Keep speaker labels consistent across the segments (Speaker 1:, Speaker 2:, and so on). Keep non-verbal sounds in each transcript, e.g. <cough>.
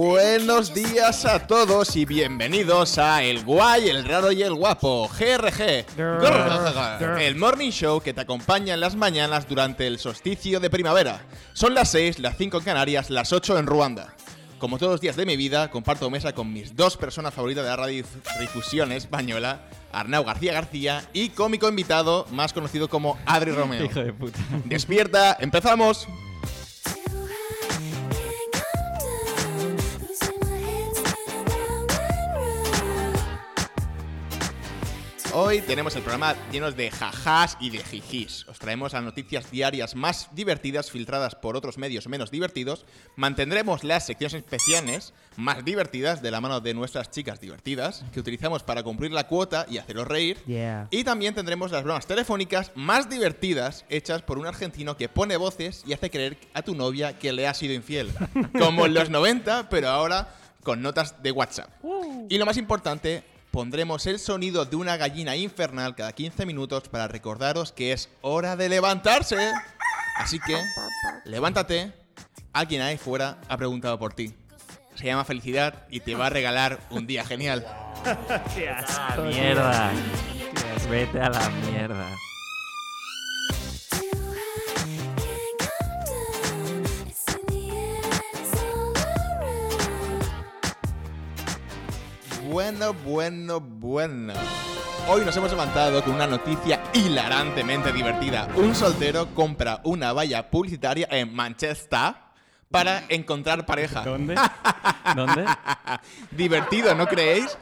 Speaker 1: Buenos días a todos y bienvenidos a El Guay, El Raro y El Guapo, GRG,
Speaker 2: Grrr.
Speaker 1: el morning show que te acompaña en las mañanas durante el solsticio de primavera. Son las 6, las 5 en Canarias, las 8 en Ruanda. Como todos los días de mi vida, comparto mesa con mis dos personas favoritas de la radiodifusión española, Arnau García García y cómico invitado, más conocido como Adri Romeo.
Speaker 3: Hijo de puta.
Speaker 1: Despierta, empezamos. Hoy tenemos el programa lleno de jajás y de jijís. Os traemos las noticias diarias más divertidas filtradas por otros medios menos divertidos. Mantendremos las secciones especiales más divertidas de la mano de nuestras chicas divertidas que utilizamos para cumplir la cuota y haceros reír.
Speaker 2: Yeah.
Speaker 1: Y también tendremos las bromas telefónicas más divertidas hechas por un argentino que pone voces y hace creer a tu novia que le ha sido infiel. Como en los 90, pero ahora con notas de WhatsApp. Y lo más importante, pondremos el sonido de una gallina infernal cada 15 minutos para recordaros que es hora de levantarse. Así que, levántate. Alguien ahí fuera ha preguntado por ti. Se llama Felicidad y te va a regalar un día genial.
Speaker 2: Qué
Speaker 1: Ah,
Speaker 2: asco, tío.
Speaker 3: Mierda. Vete a la mierda.
Speaker 1: Bueno, bueno, bueno. Hoy nos hemos levantado con una noticia hilarantemente divertida. Un soltero compra una valla publicitaria en Manchester para encontrar pareja. <laughs>
Speaker 3: ¿Dónde? ¿Dónde?
Speaker 1: Divertido, ¿no creéis?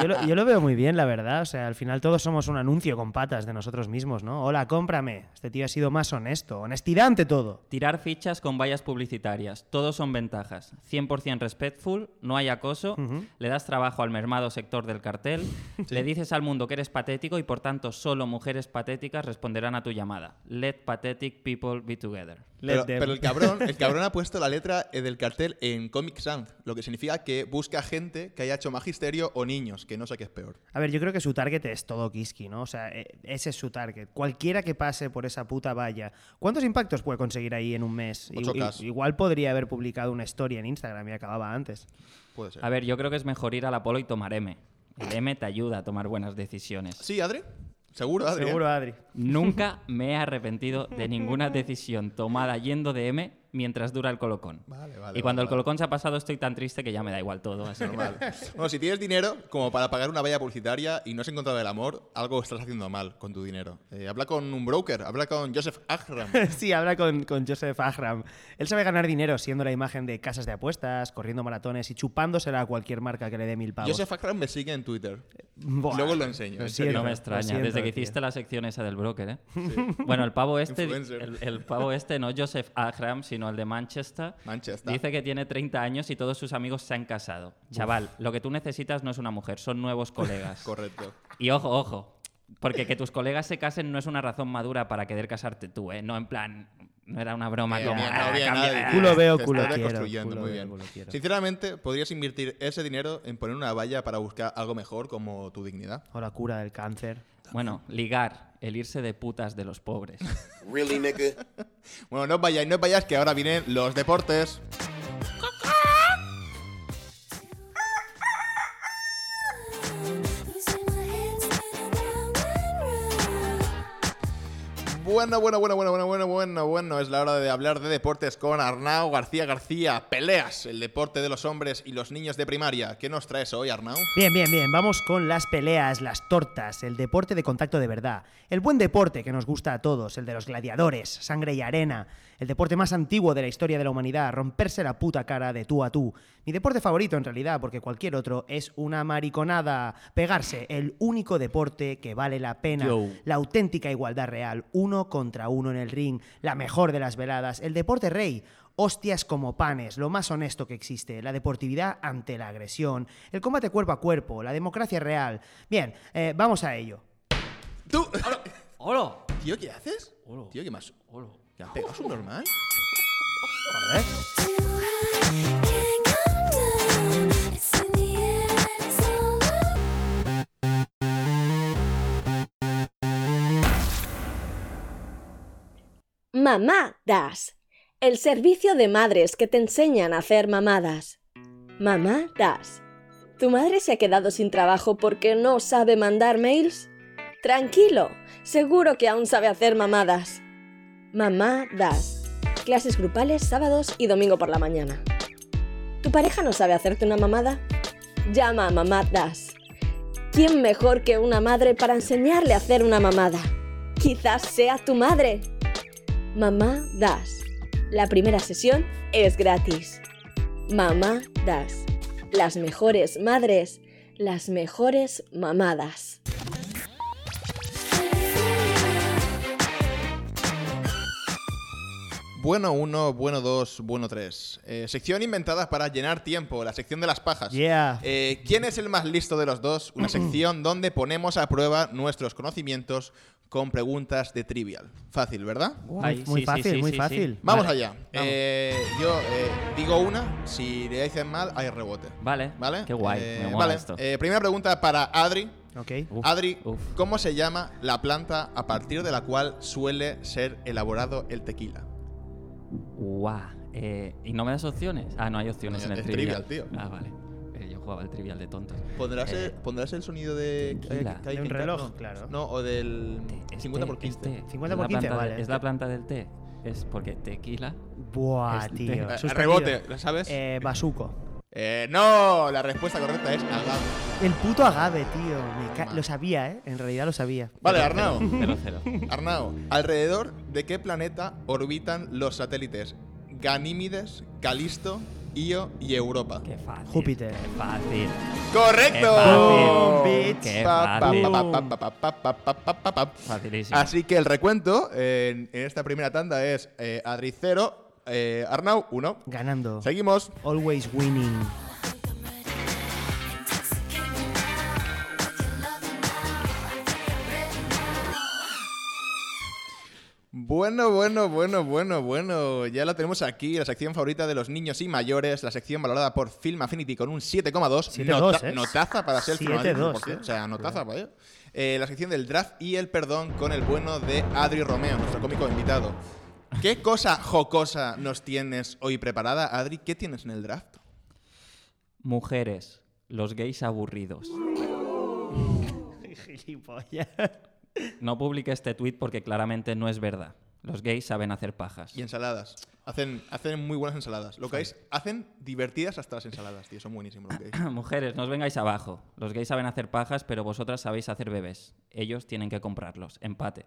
Speaker 2: Yo lo, yo lo veo muy bien, la verdad. O sea, al final todos somos un anuncio con patas de nosotros mismos, ¿no? Hola, cómprame. Este tío ha sido más honesto. Honestidad ante todo.
Speaker 4: Tirar fichas con vallas publicitarias. Todos son ventajas. 100% respectful, no hay acoso, le das trabajo al mermado sector
Speaker 1: <laughs>
Speaker 4: del cartel, le dices al mundo que eres patético y por tanto solo mujeres patéticas responderán a tu llamada. Let pathetic people be together.
Speaker 1: Pero,
Speaker 2: Let them.
Speaker 1: pero el cabrón, el cabrón ha puesto la letra eh, del cartel en Comic Sans, lo que significa que busca gente que haya hecho magisterio o niños, que no sé qué es peor.
Speaker 2: A ver, yo creo que su target es todo Kiski, ¿no? O sea, e- ese es su target. Cualquiera que pase por esa puta valla. ¿Cuántos impactos puede conseguir ahí en un mes? I-
Speaker 1: Ocho
Speaker 2: i-
Speaker 1: Ks.
Speaker 2: igual podría haber publicado una historia en Instagram y acababa antes.
Speaker 1: Puede ser.
Speaker 4: A ver, yo creo que es mejor ir al Apolo y tomar M. El M te ayuda a tomar buenas decisiones.
Speaker 1: ¿Sí, <laughs> Adri? ¿Seguro, Adri? ¿Eh?
Speaker 2: Seguro, Adri.
Speaker 4: Nunca me he arrepentido de ninguna decisión tomada yendo de M mientras dura el colocón.
Speaker 1: Vale, vale,
Speaker 4: y cuando
Speaker 1: vale,
Speaker 4: el colocón se ha pasado estoy tan triste que ya me da igual todo. Así que-
Speaker 1: Bueno, si tienes dinero como para pagar una valla publicitaria y no has encontrado el amor, algo estás haciendo mal con tu dinero. Eh, habla con un broker, habla con Joseph
Speaker 2: <laughs>
Speaker 1: Agram.
Speaker 2: Sí, habla con, con Joseph Ahram. Él sabe ganar dinero siendo la imagen de casas de apuestas, corriendo maratones y chupándosela a cualquier marca que le dé mil pavos.
Speaker 1: Joseph Agram me sigue en Twitter.
Speaker 2: Buah,
Speaker 1: Luego lo enseño, en serio.
Speaker 2: siento,
Speaker 4: No me
Speaker 2: lo
Speaker 4: extraña,
Speaker 2: siento,
Speaker 4: desde que
Speaker 2: tío.
Speaker 4: hiciste la sección esa del broker, ¿eh? Bueno, el pavo este,
Speaker 1: Influencer.
Speaker 4: el, el pavo este no Joseph Ahram, sino el de Manchester,
Speaker 1: Manchester.
Speaker 4: dice que tiene 30 años y todos sus amigos se han casado. Chaval, lo que tú necesitas no es una mujer, son nuevos colegas.
Speaker 1: Correcto.
Speaker 4: y ojo, ojo, porque que tus colegas se casen no es una razón madura para querer casarte tú, ¿eh? No en plan, no era una broma.
Speaker 1: Eh,
Speaker 4: como,
Speaker 1: bien,
Speaker 4: "Ah,
Speaker 1: no, bien,
Speaker 4: cambia".
Speaker 1: nadie.
Speaker 2: Culo veo,
Speaker 1: Te
Speaker 2: culo
Speaker 1: estás
Speaker 2: quiero,
Speaker 1: reconstruyendo,
Speaker 2: culo
Speaker 1: muy
Speaker 2: veo,
Speaker 1: bien.
Speaker 2: culo quiero.
Speaker 1: Sinceramente, podrías invertir ese dinero en poner una valla para buscar algo mejor como tu dignidad.
Speaker 2: O la cura del cáncer.
Speaker 4: Bueno, ligar, el irse de putas de
Speaker 1: <laughs>
Speaker 4: los pobres.
Speaker 5: Really, nigga?
Speaker 1: Bueno, no os vayáis, no os vayáis, que ahora vienen los deportes. Bueno, bueno, bueno, bueno, bueno, bueno, bueno, bueno. Es la hora de hablar de deportes con Arnau García García. Peleas, el deporte de los hombres y los niños de primaria. ¿Qué nos traes hoy, Arnau?
Speaker 2: Bien, bien, bien. Vamos con las peleas, las tortas, el deporte de contacto de verdad. El buen deporte que nos gusta a todos, el de los gladiadores, sangre y arena. El deporte más antiguo de la historia de la humanidad, romperse la puta cara de tú a tú. Mi deporte favorito en realidad, porque cualquier otro es una mariconada. Pegarse, el único deporte que vale la pena.
Speaker 4: Yo.
Speaker 2: La auténtica igualdad real, uno contra uno en el ring, la mejor de las veladas, el deporte rey, hostias como panes, lo más honesto que existe, la deportividad ante la agresión, el combate cuerpo a cuerpo, la democracia real. Bien, eh, vamos a ello.
Speaker 1: ¿Tú?
Speaker 4: ¡Hola!
Speaker 1: Tío, ¿qué haces? Tío, ¿qué más? ¿Te has pegado un normal?
Speaker 2: Joder.
Speaker 6: Mamá Das, el servicio de madres que te enseñan a hacer mamadas.
Speaker 5: Mamá, das. ¿Tu madre se ha quedado sin trabajo porque no sabe mandar mails? Tranquilo, seguro que aún sabe hacer mamadas. Mamá, das. Clases grupales sábados y domingo por la mañana. ¿Tu pareja no sabe hacerte una mamada? Llama a Mamá Das. ¿Quién mejor que una madre para enseñarle a hacer una mamada? Quizás sea tu madre. Mamá Das. La primera sesión es gratis. Mamá Das. Las mejores madres, las mejores mamadas.
Speaker 1: Bueno 1, bueno 2, bueno 3. sección inventada para llenar tiempo, la sección de las pajas.
Speaker 2: Yeah.
Speaker 1: Eh, ¿Quién es el más listo de los dos? Una sección donde ponemos a prueba nuestros conocimientos con preguntas de trivial. Fácil, ¿verdad?
Speaker 2: Muy,
Speaker 4: Ay,
Speaker 2: muy
Speaker 4: sí, sí,
Speaker 2: fácil,
Speaker 4: sí,
Speaker 2: muy
Speaker 4: sí,
Speaker 2: fácil.
Speaker 1: Vamos
Speaker 4: Vale,
Speaker 1: allá. Eh, yo eh, digo una, si le dicen mal, hay rebote.
Speaker 4: Vale.
Speaker 1: ¿Vale?
Speaker 4: Qué guay.
Speaker 1: Eh,
Speaker 4: me mola
Speaker 1: vale.
Speaker 4: esto.
Speaker 1: Eh, primera pregunta para Adri.
Speaker 2: Ok.
Speaker 4: Uf,
Speaker 1: Adri,
Speaker 4: uf.
Speaker 1: ¿cómo se llama la planta a partir de la cual suele ser elaborado el tequila?
Speaker 4: Guau. Eh, ¿Y no me das opciones? Ah, no hay opciones
Speaker 1: No,
Speaker 4: en el
Speaker 1: es
Speaker 4: trivial.
Speaker 1: trivial, tío.
Speaker 4: Ah, vale. Eh, yo jugaba el trivial de tontos.
Speaker 1: ¿Pondrás,
Speaker 4: Eh,
Speaker 1: el, pondrás el sonido de,
Speaker 4: tequila.
Speaker 1: hay
Speaker 2: De un
Speaker 1: que-
Speaker 2: reloj,
Speaker 1: no,
Speaker 2: claro.
Speaker 1: No, o del
Speaker 4: Este,
Speaker 1: 50 por
Speaker 4: este,
Speaker 1: 15.
Speaker 4: este.
Speaker 2: 50
Speaker 4: Es
Speaker 2: por
Speaker 4: la
Speaker 2: 15,
Speaker 4: planta de-
Speaker 2: vale,
Speaker 4: Es
Speaker 2: este.
Speaker 4: la planta del té. Es porque tequila.
Speaker 2: Buah,
Speaker 4: Este-
Speaker 2: tío.
Speaker 1: Eh,
Speaker 2: suspendido.
Speaker 1: Rebote, ¿lo sabes? Eh.
Speaker 2: Eh, Basuco.
Speaker 1: no, la respuesta correcta es agave.
Speaker 2: El puto agave, tío. Me ca-
Speaker 1: Madre.
Speaker 2: Lo sabía, ¿eh? En realidad lo sabía.
Speaker 1: Vale, Arnau.
Speaker 4: Cero,
Speaker 2: <laughs>
Speaker 4: cero.
Speaker 1: Arnau, ¿alrededor de qué planeta orbitan los satélites Ganímides, Calisto, Io y Europa?
Speaker 4: Qué fácil.
Speaker 2: Júpiter.
Speaker 4: Qué fácil.
Speaker 1: ¡Correcto!
Speaker 2: Qué fácil.
Speaker 4: Qué
Speaker 1: Pa, pa,
Speaker 4: fácil.
Speaker 1: pa, pa, pa, pa, pa, pa, pa, pa, pa, pa.
Speaker 4: Facilísimo.
Speaker 1: Así que el recuento eh, en en esta primera tanda es eh, Adri 0, Arnau 1.
Speaker 2: Ganando.
Speaker 1: Seguimos.
Speaker 2: Always
Speaker 4: <laughs>
Speaker 2: winning.
Speaker 1: Bueno, bueno, bueno, bueno, bueno. Ya la tenemos aquí, la sección favorita de los niños y mayores, la sección valorada por Film Affinity con un 7,2.
Speaker 2: 7,2,
Speaker 1: Nota-
Speaker 2: ¿eh?
Speaker 1: Notaza para ser el
Speaker 2: 7,2, ¿eh?
Speaker 1: O sea, notaza para ello. Eh, la sección del draft y el perdón con el bueno de Adri Romeo, nuestro cómico invitado. ¿Qué cosa jocosa nos tienes hoy preparada, Adri? ¿Qué tienes en el draft?
Speaker 4: Mujeres, los gays aburridos.
Speaker 2: Gilipollas.
Speaker 4: No publique este tuit porque claramente no es verdad. Los gays saben hacer pajas.
Speaker 1: Y ensaladas. Hacen, hacen muy buenas ensaladas. Lo que es, hacen divertidas hasta las ensaladas, tío. Son buenísimos lo que es.
Speaker 4: <clears throat> Mujeres, no os vengáis abajo. Los gays saben hacer pajas, pero vosotras sabéis hacer bebés. Ellos tienen que comprarlos. Empate.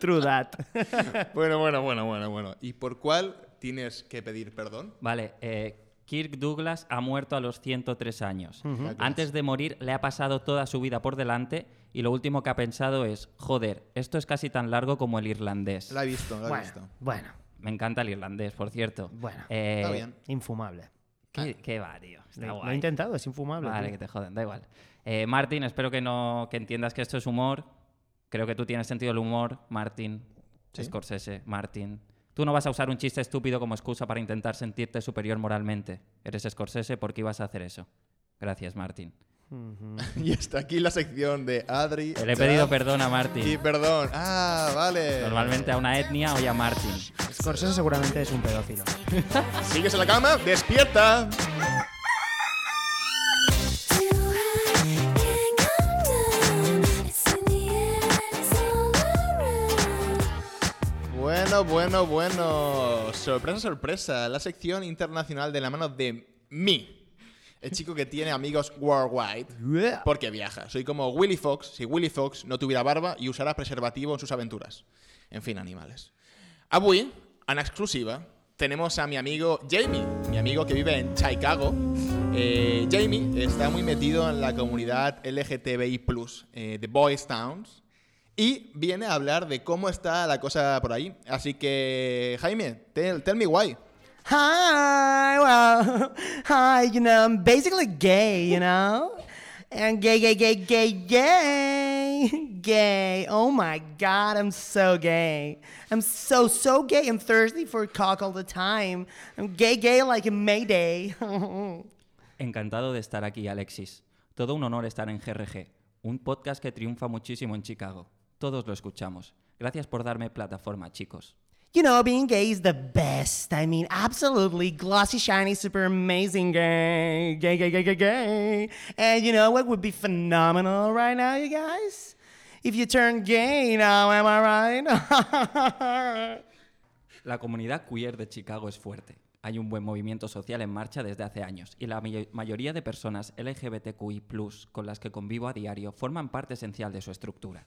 Speaker 2: True that.
Speaker 1: Bueno, bueno, bueno, bueno, bueno. ¿Y por cuál tienes que pedir perdón?
Speaker 4: Vale, eh, Kirk Douglas ha muerto a los 103 años. Antes de morir le ha pasado toda su vida por delante y lo último que ha pensado es, joder, esto es casi tan largo como el irlandés.
Speaker 1: La he visto, la he visto.
Speaker 2: Bueno, bueno,
Speaker 4: Me encanta el irlandés, por cierto.
Speaker 2: Bueno.
Speaker 4: Eh,
Speaker 1: Está bien. <laughs>
Speaker 2: infumable.
Speaker 4: ¿qué, qué va, tío? Está
Speaker 2: Lo, lo he
Speaker 4: guay.
Speaker 2: intentado, es infumable.
Speaker 4: Vale,
Speaker 2: tío.
Speaker 4: que te joden, da igual. Eh, Martín, espero que no que entiendas que esto es humor. Creo que tú tienes sentido del humor, Martín. Scorsese, Martín. Tú no vas a usar un chiste estúpido como excusa para intentar sentirte superior moralmente. Eres Scorsese, ¿por qué ibas a hacer eso? Gracias, Martín.
Speaker 1: Y hasta aquí la sección de Adri.
Speaker 4: Le he
Speaker 1: Draft
Speaker 4: pedido perdón a
Speaker 1: Y
Speaker 4: Martín.
Speaker 1: perdón. Ah, vale.
Speaker 4: Normalmente a una etnia o a Martín.
Speaker 2: Scorsese seguramente es un pedófilo.
Speaker 1: Sigues en la cama, despierta. Bueno, bueno, bueno. Sorpresa, sorpresa. La sección internacional de la mano de mí. El chico que tiene amigos worldwide. Porque viaja. Soy como Willy Fox si Willy Fox no tuviera barba y usara preservativo en sus aventuras. En fin, animales. Avui, en exclusiva, tenemos a mi amigo Jamie, mi amigo que vive en Chicago. Eh, Jamie está muy metido en la comunidad LGTBI, eh, de Boys Towns, y viene a hablar de cómo está la cosa por ahí. Así que, Jaime, tell, tell me why.
Speaker 2: <laughs> Hi, well, hi, you know, I'm basically gay, you know? And gay, gay, gay, gay, gay, gay. Oh my god, I'm so gay. I'm so, so gay. I'm thirsty for cock all the time. I'm gay, gay like in May <laughs> Day.
Speaker 4: Encantado de estar aquí, Alexis. Todo un honor estar en GRG, un podcast que triunfa muchísimo en Chicago. Todos lo escuchamos. Gracias por darme plataforma, chicos.
Speaker 2: You know, being gay is the best. I mean, absolutely glossy, shiny, super amazing gay. Gay, gay, gay, gay, gay. And you know what would be phenomenal right now, you guys? If you turn gay now, am I right? <laughs>
Speaker 4: La comunidad queer de Chicago es fuerte. Hay un buen movimiento social en marcha desde hace años y la may- mayoría de personas LGBTQI con las que convivo a diario forman parte esencial de su estructura.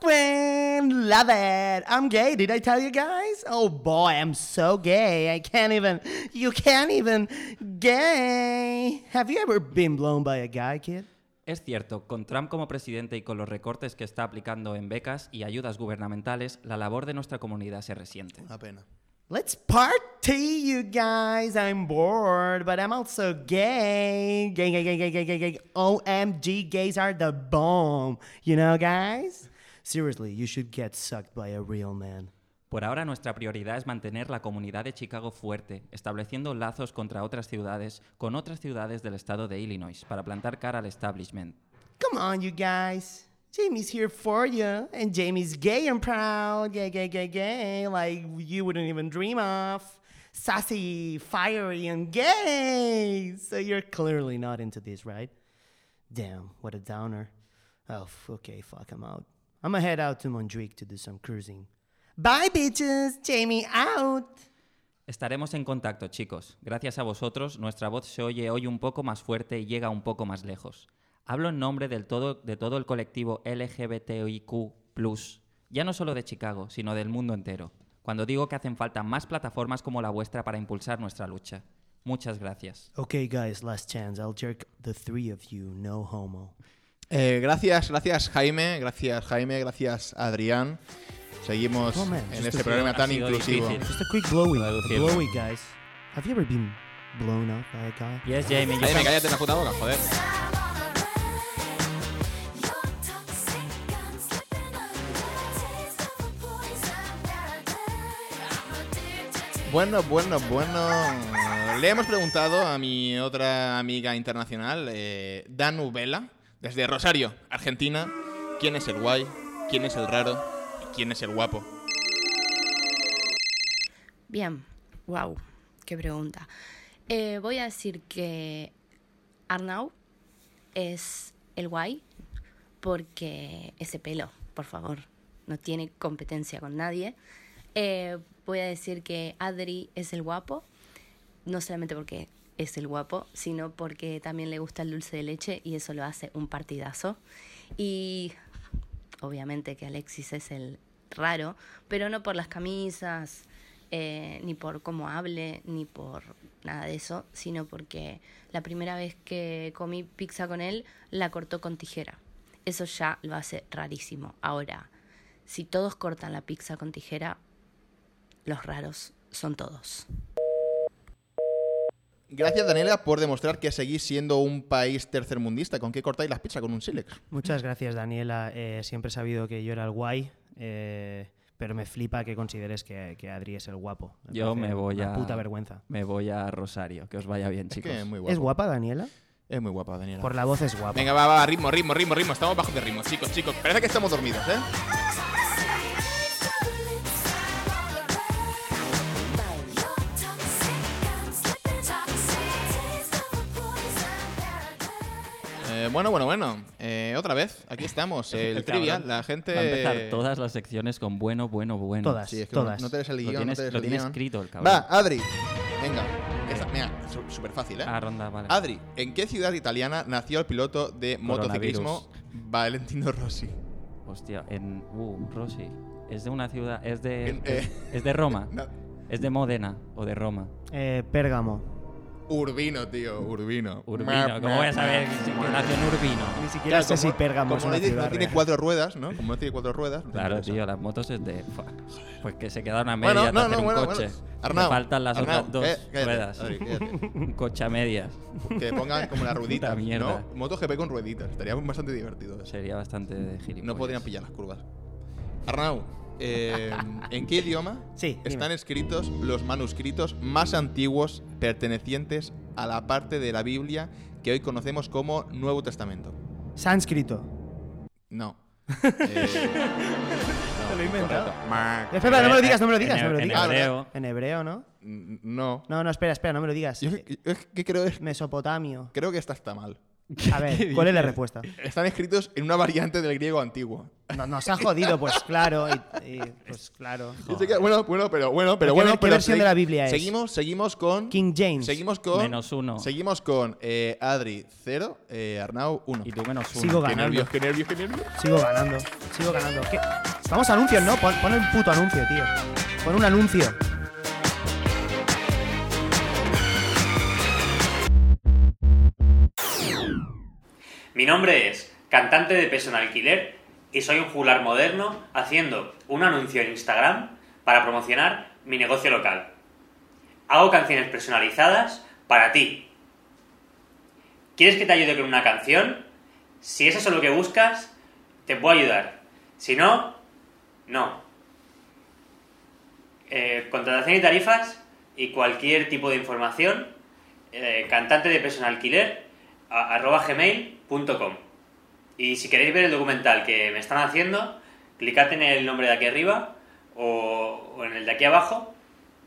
Speaker 2: Gospin, love it. I'm gay. Did I tell you guys? Oh boy, I'm so gay. I can't even. You can't even. Gay. Have you ever been blown by a guy, kid?
Speaker 4: Es cierto, con Trump como presidente y con los recortes que está aplicando en becas y ayudas gubernamentales, la labor de nuestra comunidad se resiente.
Speaker 1: Una pena.
Speaker 2: Let's party, you guys. I'm bored, but I'm also gay. Gay, gay, gay, gay, gay, gay, gay. OMG, gays are the bomb. You know, guys? Seriously, you should get sucked by a real man.
Speaker 4: Por ahora nuestra prioridad es mantener la comunidad de Chicago fuerte, estableciendo lazos contra otras ciudades, con otras ciudades del estado de Illinois, para plantar cara al establishment.
Speaker 2: Come on, you guys. Jamie's here for you, and Jamie's gay and proud, gay, gay, gay, gay, like you wouldn't even dream of. Sassy, fiery, and gay. So you're clearly not into this, right? Damn, what a downer. Oh, f- okay, fuck, I'm out. I'm gonna head out to Montjuic to do some cruising. Bye, bitches. Jamie out.
Speaker 4: Estaremos en contacto, chicos. Gracias a vosotros, nuestra voz se oye hoy un poco más fuerte y llega un poco más lejos. Hablo en nombre del todo, de todo el colectivo LGBTIQ, ya no solo de Chicago, sino del mundo entero, cuando digo que hacen falta más plataformas como la vuestra para impulsar nuestra lucha. Muchas gracias.
Speaker 2: Okay, guys, last chance. I'll jerk the three of you. No homo.
Speaker 1: Eh, gracias, gracias Jaime, gracias Jaime, gracias Adrián. Seguimos
Speaker 2: Oh, man.
Speaker 1: en
Speaker 2: Esto
Speaker 1: este
Speaker 4: ha
Speaker 1: programa
Speaker 4: sido- ha
Speaker 1: tan
Speaker 4: sido
Speaker 1: inclusivo.
Speaker 4: difícil.
Speaker 2: Just a quick blowy. A
Speaker 4: Reducirlo.
Speaker 2: blowy, guys. Have you ever been blown up by a guy?
Speaker 4: Yes, Jamie, you
Speaker 1: Jaime,
Speaker 4: can-
Speaker 1: cállate la puta boca, joder. Bueno, bueno, bueno. Le hemos preguntado a mi otra amiga internacional, eh, Danu Vela, desde Rosario, Argentina, quién es el guay, quién es el raro y quién es el guapo.
Speaker 6: Bien, wow, qué pregunta. Eh, voy a decir que Arnau es el guay porque ese pelo, por favor, no tiene competencia con nadie. Eh, voy a decir que Adri es el guapo, no solamente porque es el guapo, sino porque también le gusta el dulce de leche y eso lo hace un partidazo. Y obviamente que Alexis es el raro, pero no por las camisas, eh, ni por cómo hable, ni por nada de eso, sino porque la primera vez que comí pizza con él, la cortó con tijera. Eso ya lo hace rarísimo. Ahora, si todos cortan la pizza con tijera, los raros son todos.
Speaker 1: Gracias Daniela por demostrar que seguís siendo un país tercermundista. ¿Con qué cortáis las pizzas? Con un sílex.
Speaker 2: Muchas gracias, Daniela. Eh, siempre he sabido que yo era el guay, eh, pero me flipa que consideres que, que Adri es el guapo.
Speaker 4: Yo
Speaker 2: parece
Speaker 4: me voy
Speaker 2: una
Speaker 4: a...
Speaker 2: puta vergüenza.
Speaker 4: Me voy a Rosario. Que os vaya bien,
Speaker 1: Es
Speaker 4: chicos.
Speaker 1: que es muy guapo.
Speaker 2: ¿Es guapa, Daniela?
Speaker 1: Es muy guapa, Daniela.
Speaker 2: Por la voz es guapa.
Speaker 1: Venga, va, va, ritmo, ritmo, ritmo, ritmo. Estamos bajo de ritmo, chicos, chicos. Parece que estamos dormidos, ¿eh? Eh, bueno, bueno, bueno. Eh, otra vez, aquí estamos. El,
Speaker 4: El
Speaker 1: trivia,
Speaker 4: cabrón
Speaker 1: la gente.
Speaker 4: Va a empezar todas las secciones con bueno, bueno, bueno.
Speaker 2: Todas.
Speaker 1: Sí, es que
Speaker 2: todas.
Speaker 1: No, no te des el
Speaker 4: Lo
Speaker 1: guión.
Speaker 4: tienes-
Speaker 1: no te des
Speaker 4: lo
Speaker 1: el
Speaker 4: tiene
Speaker 1: guión.
Speaker 4: escrito el cabrón.
Speaker 1: Va, ah. Adri. Venga. Esta, mira, súper fácil, ¿eh?
Speaker 4: Ah, ronda, vale.
Speaker 1: Adri, ¿en qué ciudad italiana nació el piloto de motociclismo Valentino Rossi?
Speaker 4: Hostia, en. Uh, Rossi. Es de una ciudad. Es de.
Speaker 1: En, eh,
Speaker 4: es- es de Roma.
Speaker 1: <laughs> no.
Speaker 4: Es de Módena o de Roma.
Speaker 2: Eh, Pérgamo.
Speaker 1: Urbino, tío, Urbino.
Speaker 4: Urbino. ¿Cómo voy a saber que que nació en Urbino?
Speaker 1: <laughs>
Speaker 2: Ni siquiera sé si
Speaker 1: como-
Speaker 2: Pérgamo es
Speaker 1: como
Speaker 2: una
Speaker 1: no tiene-
Speaker 2: ciudad
Speaker 1: no tiene
Speaker 2: real.
Speaker 1: cuatro ruedas, ¿no? Como no tiene cuatro ruedas. no te
Speaker 4: Claro,
Speaker 1: interesa.
Speaker 4: tío, las motos es de. Fua. Pues que se quedaron a
Speaker 1: Bueno,
Speaker 4: medias de
Speaker 1: no,
Speaker 4: hacer
Speaker 1: no,
Speaker 4: un
Speaker 1: bueno,
Speaker 4: coche.
Speaker 1: bueno. Arnau,
Speaker 4: Me faltan las
Speaker 1: Arnau, eh,
Speaker 4: otras dos
Speaker 1: cállate, cállate,
Speaker 4: ruedas.
Speaker 1: Adri, cállate.
Speaker 4: un coche a medias.
Speaker 1: Que pongan como las rueditas,
Speaker 4: <laughs> Puta mierda.
Speaker 1: ¿no? MotoGP con rueditas. Estaría bastante divertido eso.
Speaker 4: Sería bastante de gilipollas.
Speaker 1: No podrían pillar las curvas. Arnau, eh, ¿en
Speaker 4: <laughs>
Speaker 1: qué idioma
Speaker 2: Sí, dime.
Speaker 1: están escritos los manuscritos más antiguos pertenecientes a la parte de la Biblia que hoy conocemos como Nuevo Testamento?
Speaker 2: Sánscrito.
Speaker 4: <laughs>
Speaker 1: No. Eh,
Speaker 2: Te lo he inventado.
Speaker 1: Mac.
Speaker 2: Espera, no me lo digas, no me lo
Speaker 4: En
Speaker 2: digas, no me lo
Speaker 4: he- en
Speaker 2: digas.
Speaker 4: hebreo.
Speaker 2: En hebreo, ¿no?
Speaker 1: N- No.
Speaker 2: No, no, espera, espera, no me lo digas.
Speaker 1: Yo es que- es que creo, es-
Speaker 2: Mesopotamio.
Speaker 1: creo que esta está mal.
Speaker 2: A ver, ¿cuál es la respuesta?
Speaker 1: Están escritos en una variante del griego antiguo.
Speaker 2: No, nos ha jodido, pues claro. y- y, pues claro.
Speaker 1: Yo sé que- bueno, bueno, pero bueno, pero
Speaker 2: ¿Qué
Speaker 1: bueno.
Speaker 2: ver- qué
Speaker 1: pero
Speaker 2: versión de la Biblia es?
Speaker 1: Seguimos, seguimos con.
Speaker 2: King James.
Speaker 1: Seguimos con.
Speaker 4: Menos uno.
Speaker 1: Seguimos con eh, Adri 0, eh, Arnau 1.
Speaker 4: Y tú menos uno.
Speaker 2: Sigo
Speaker 1: Qué
Speaker 2: ganando.
Speaker 1: nervios, qué nervios, qué nervios.
Speaker 2: Sigo ganando. Sigo ganando. ¿Qué? Vamos a anuncios, ¿no? Pon, pon el puto anuncio, tío. Pon un anuncio.
Speaker 7: Mi nombre es cantante de peso en alquiler y soy un jugular moderno haciendo un anuncio en Instagram para promocionar mi negocio local. Hago canciones personalizadas para ti. ¿Quieres que te ayude con una canción? Si eso es lo que buscas, te puedo ayudar. Si no, no. Eh, contratación y tarifas y cualquier tipo de información, eh, cantante de peso en alquiler, a- arroba gmail.com. Y si queréis ver el documental que me están haciendo, clicad en el nombre de aquí arriba o, o en el de aquí abajo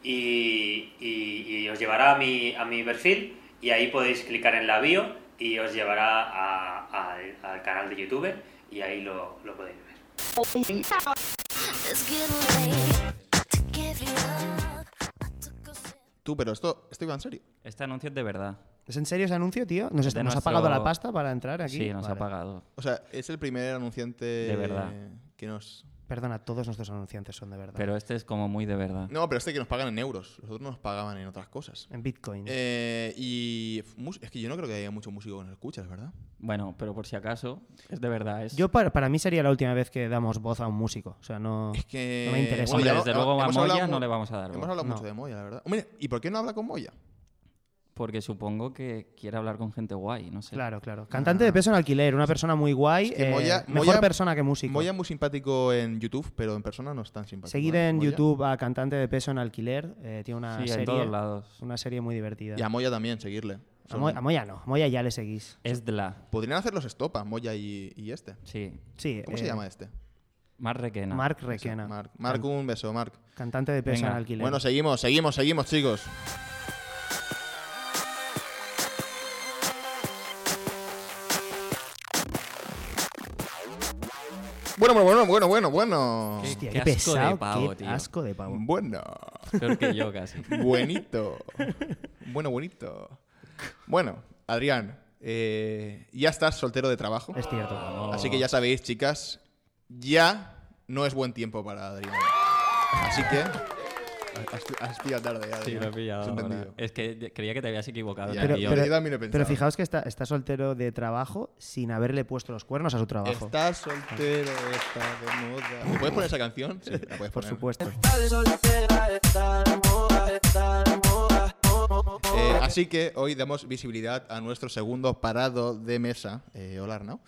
Speaker 7: y, y- y os llevará a mi, a mi perfil y ahí podéis clicar en la bio y os llevará a- a- al- al canal de YouTube y ahí lo, lo podéis ver.
Speaker 8: It's getting late to give you up. I took a sip.
Speaker 1: Tú, pero esto, esto iba en serio.
Speaker 4: Este anuncio es de verdad.
Speaker 2: ¿Es en serio ese anuncio, tío? ¿Nos, está-
Speaker 4: De
Speaker 2: nos ha
Speaker 4: nuestro-
Speaker 2: pagado la pasta para entrar aquí?
Speaker 4: Sí, nos ha
Speaker 2: Vale.
Speaker 4: pagado.
Speaker 1: O sea, es el primer anunciante.
Speaker 4: De verdad.
Speaker 1: Que nos.
Speaker 2: Perdona, todos nuestros anunciantes son de verdad.
Speaker 4: Pero este es como muy de verdad.
Speaker 1: No, pero este que nos pagan en euros. Los otros nos pagaban en otras cosas.
Speaker 2: En Bitcoin.
Speaker 1: Eh, y mus- es que yo no creo que haya mucho músico que nos escuche, es verdad.
Speaker 4: Bueno, pero por si acaso, es de verdad. Es...
Speaker 2: Yo para, para mí sería la última vez que damos voz a un músico. O sea,
Speaker 4: <laughs>
Speaker 2: no,
Speaker 1: Es que.
Speaker 2: no me interesa.
Speaker 4: Hombre,
Speaker 1: ya
Speaker 4: desde
Speaker 1: ha-
Speaker 4: luego a
Speaker 1: hemos
Speaker 4: Moya
Speaker 1: hablado
Speaker 4: no
Speaker 1: mu-
Speaker 4: le vamos a dar
Speaker 1: Hemos
Speaker 4: voz.
Speaker 1: hablado
Speaker 2: No.
Speaker 1: mucho de Moya, la verdad. Hombre, ¿y por qué no habla con Moya?
Speaker 4: Porque supongo que quiere hablar con gente guay, no sé.
Speaker 2: Claro, claro. Cantante de peso en alquiler, una persona muy guay.
Speaker 1: Es que
Speaker 2: eh,
Speaker 1: Moya-
Speaker 2: mejor
Speaker 1: Moya-
Speaker 2: persona que músico.
Speaker 1: Moya es muy simpático en YouTube, pero en persona no es tan simpático.
Speaker 2: Seguir
Speaker 1: ¿eh?
Speaker 2: en
Speaker 1: Moya.
Speaker 2: YouTube a Cantante de peso en alquiler. eh, tiene una
Speaker 4: Sí,
Speaker 2: serie.
Speaker 4: en todos lados.
Speaker 2: Una serie muy divertida.
Speaker 1: Y a Moya también, seguirle.
Speaker 2: A Mo- a Moya no, a Moya ya le seguís.
Speaker 4: Es de la.
Speaker 1: Podrían hacer los stop a Moya y, y este.
Speaker 4: Sí.
Speaker 2: Sí,
Speaker 1: ¿Cómo
Speaker 2: eh,
Speaker 1: se llama este?
Speaker 4: Más requena.
Speaker 2: Mark Requena.
Speaker 1: Marc, Marc, un beso, Marc.
Speaker 2: Cantante de peso
Speaker 4: Venga.
Speaker 2: en alquiler.
Speaker 1: Bueno, seguimos, seguimos, seguimos, chicos. Bueno, bueno, bueno, bueno, bueno,
Speaker 4: ¿Qué?
Speaker 2: Hostia,
Speaker 4: asco de
Speaker 2: pesado,
Speaker 4: pavo,
Speaker 2: qué
Speaker 4: tío.
Speaker 2: asco de pavo.
Speaker 1: bueno. Bueno.
Speaker 4: Peor que <laughs> yo casi. <laughs>
Speaker 1: Buenito. Bueno, bonito. Bueno, Adrián, eh, ya estás soltero de trabajo.
Speaker 2: Es cierto.
Speaker 1: Así que ya sabéis, chicas, ya no es buen tiempo para Adrián. Así que has, has pillado tarde, Adrián.
Speaker 4: Sí, lo he pillado.
Speaker 1: Has
Speaker 4: ahora.
Speaker 1: entendido.
Speaker 4: Es que de- creía que te habías equivocado.
Speaker 1: Ya,
Speaker 4: te
Speaker 2: Pero,
Speaker 1: yo-
Speaker 4: pillo.
Speaker 2: pero-
Speaker 1: yo también lo he
Speaker 2: pero
Speaker 1: pensado.
Speaker 2: fijaos que está, está soltero de trabajo sin haberle puesto los cuernos a su trabajo.
Speaker 1: Estás soltero, estás de moda. ¿Me puedes poner esa canción? Sí, la puedes
Speaker 2: por
Speaker 1: poner.
Speaker 2: supuesto.
Speaker 1: Eh, así que hoy damos visibilidad a nuestro segundo parado de mesa. Eh, hola, Arnau.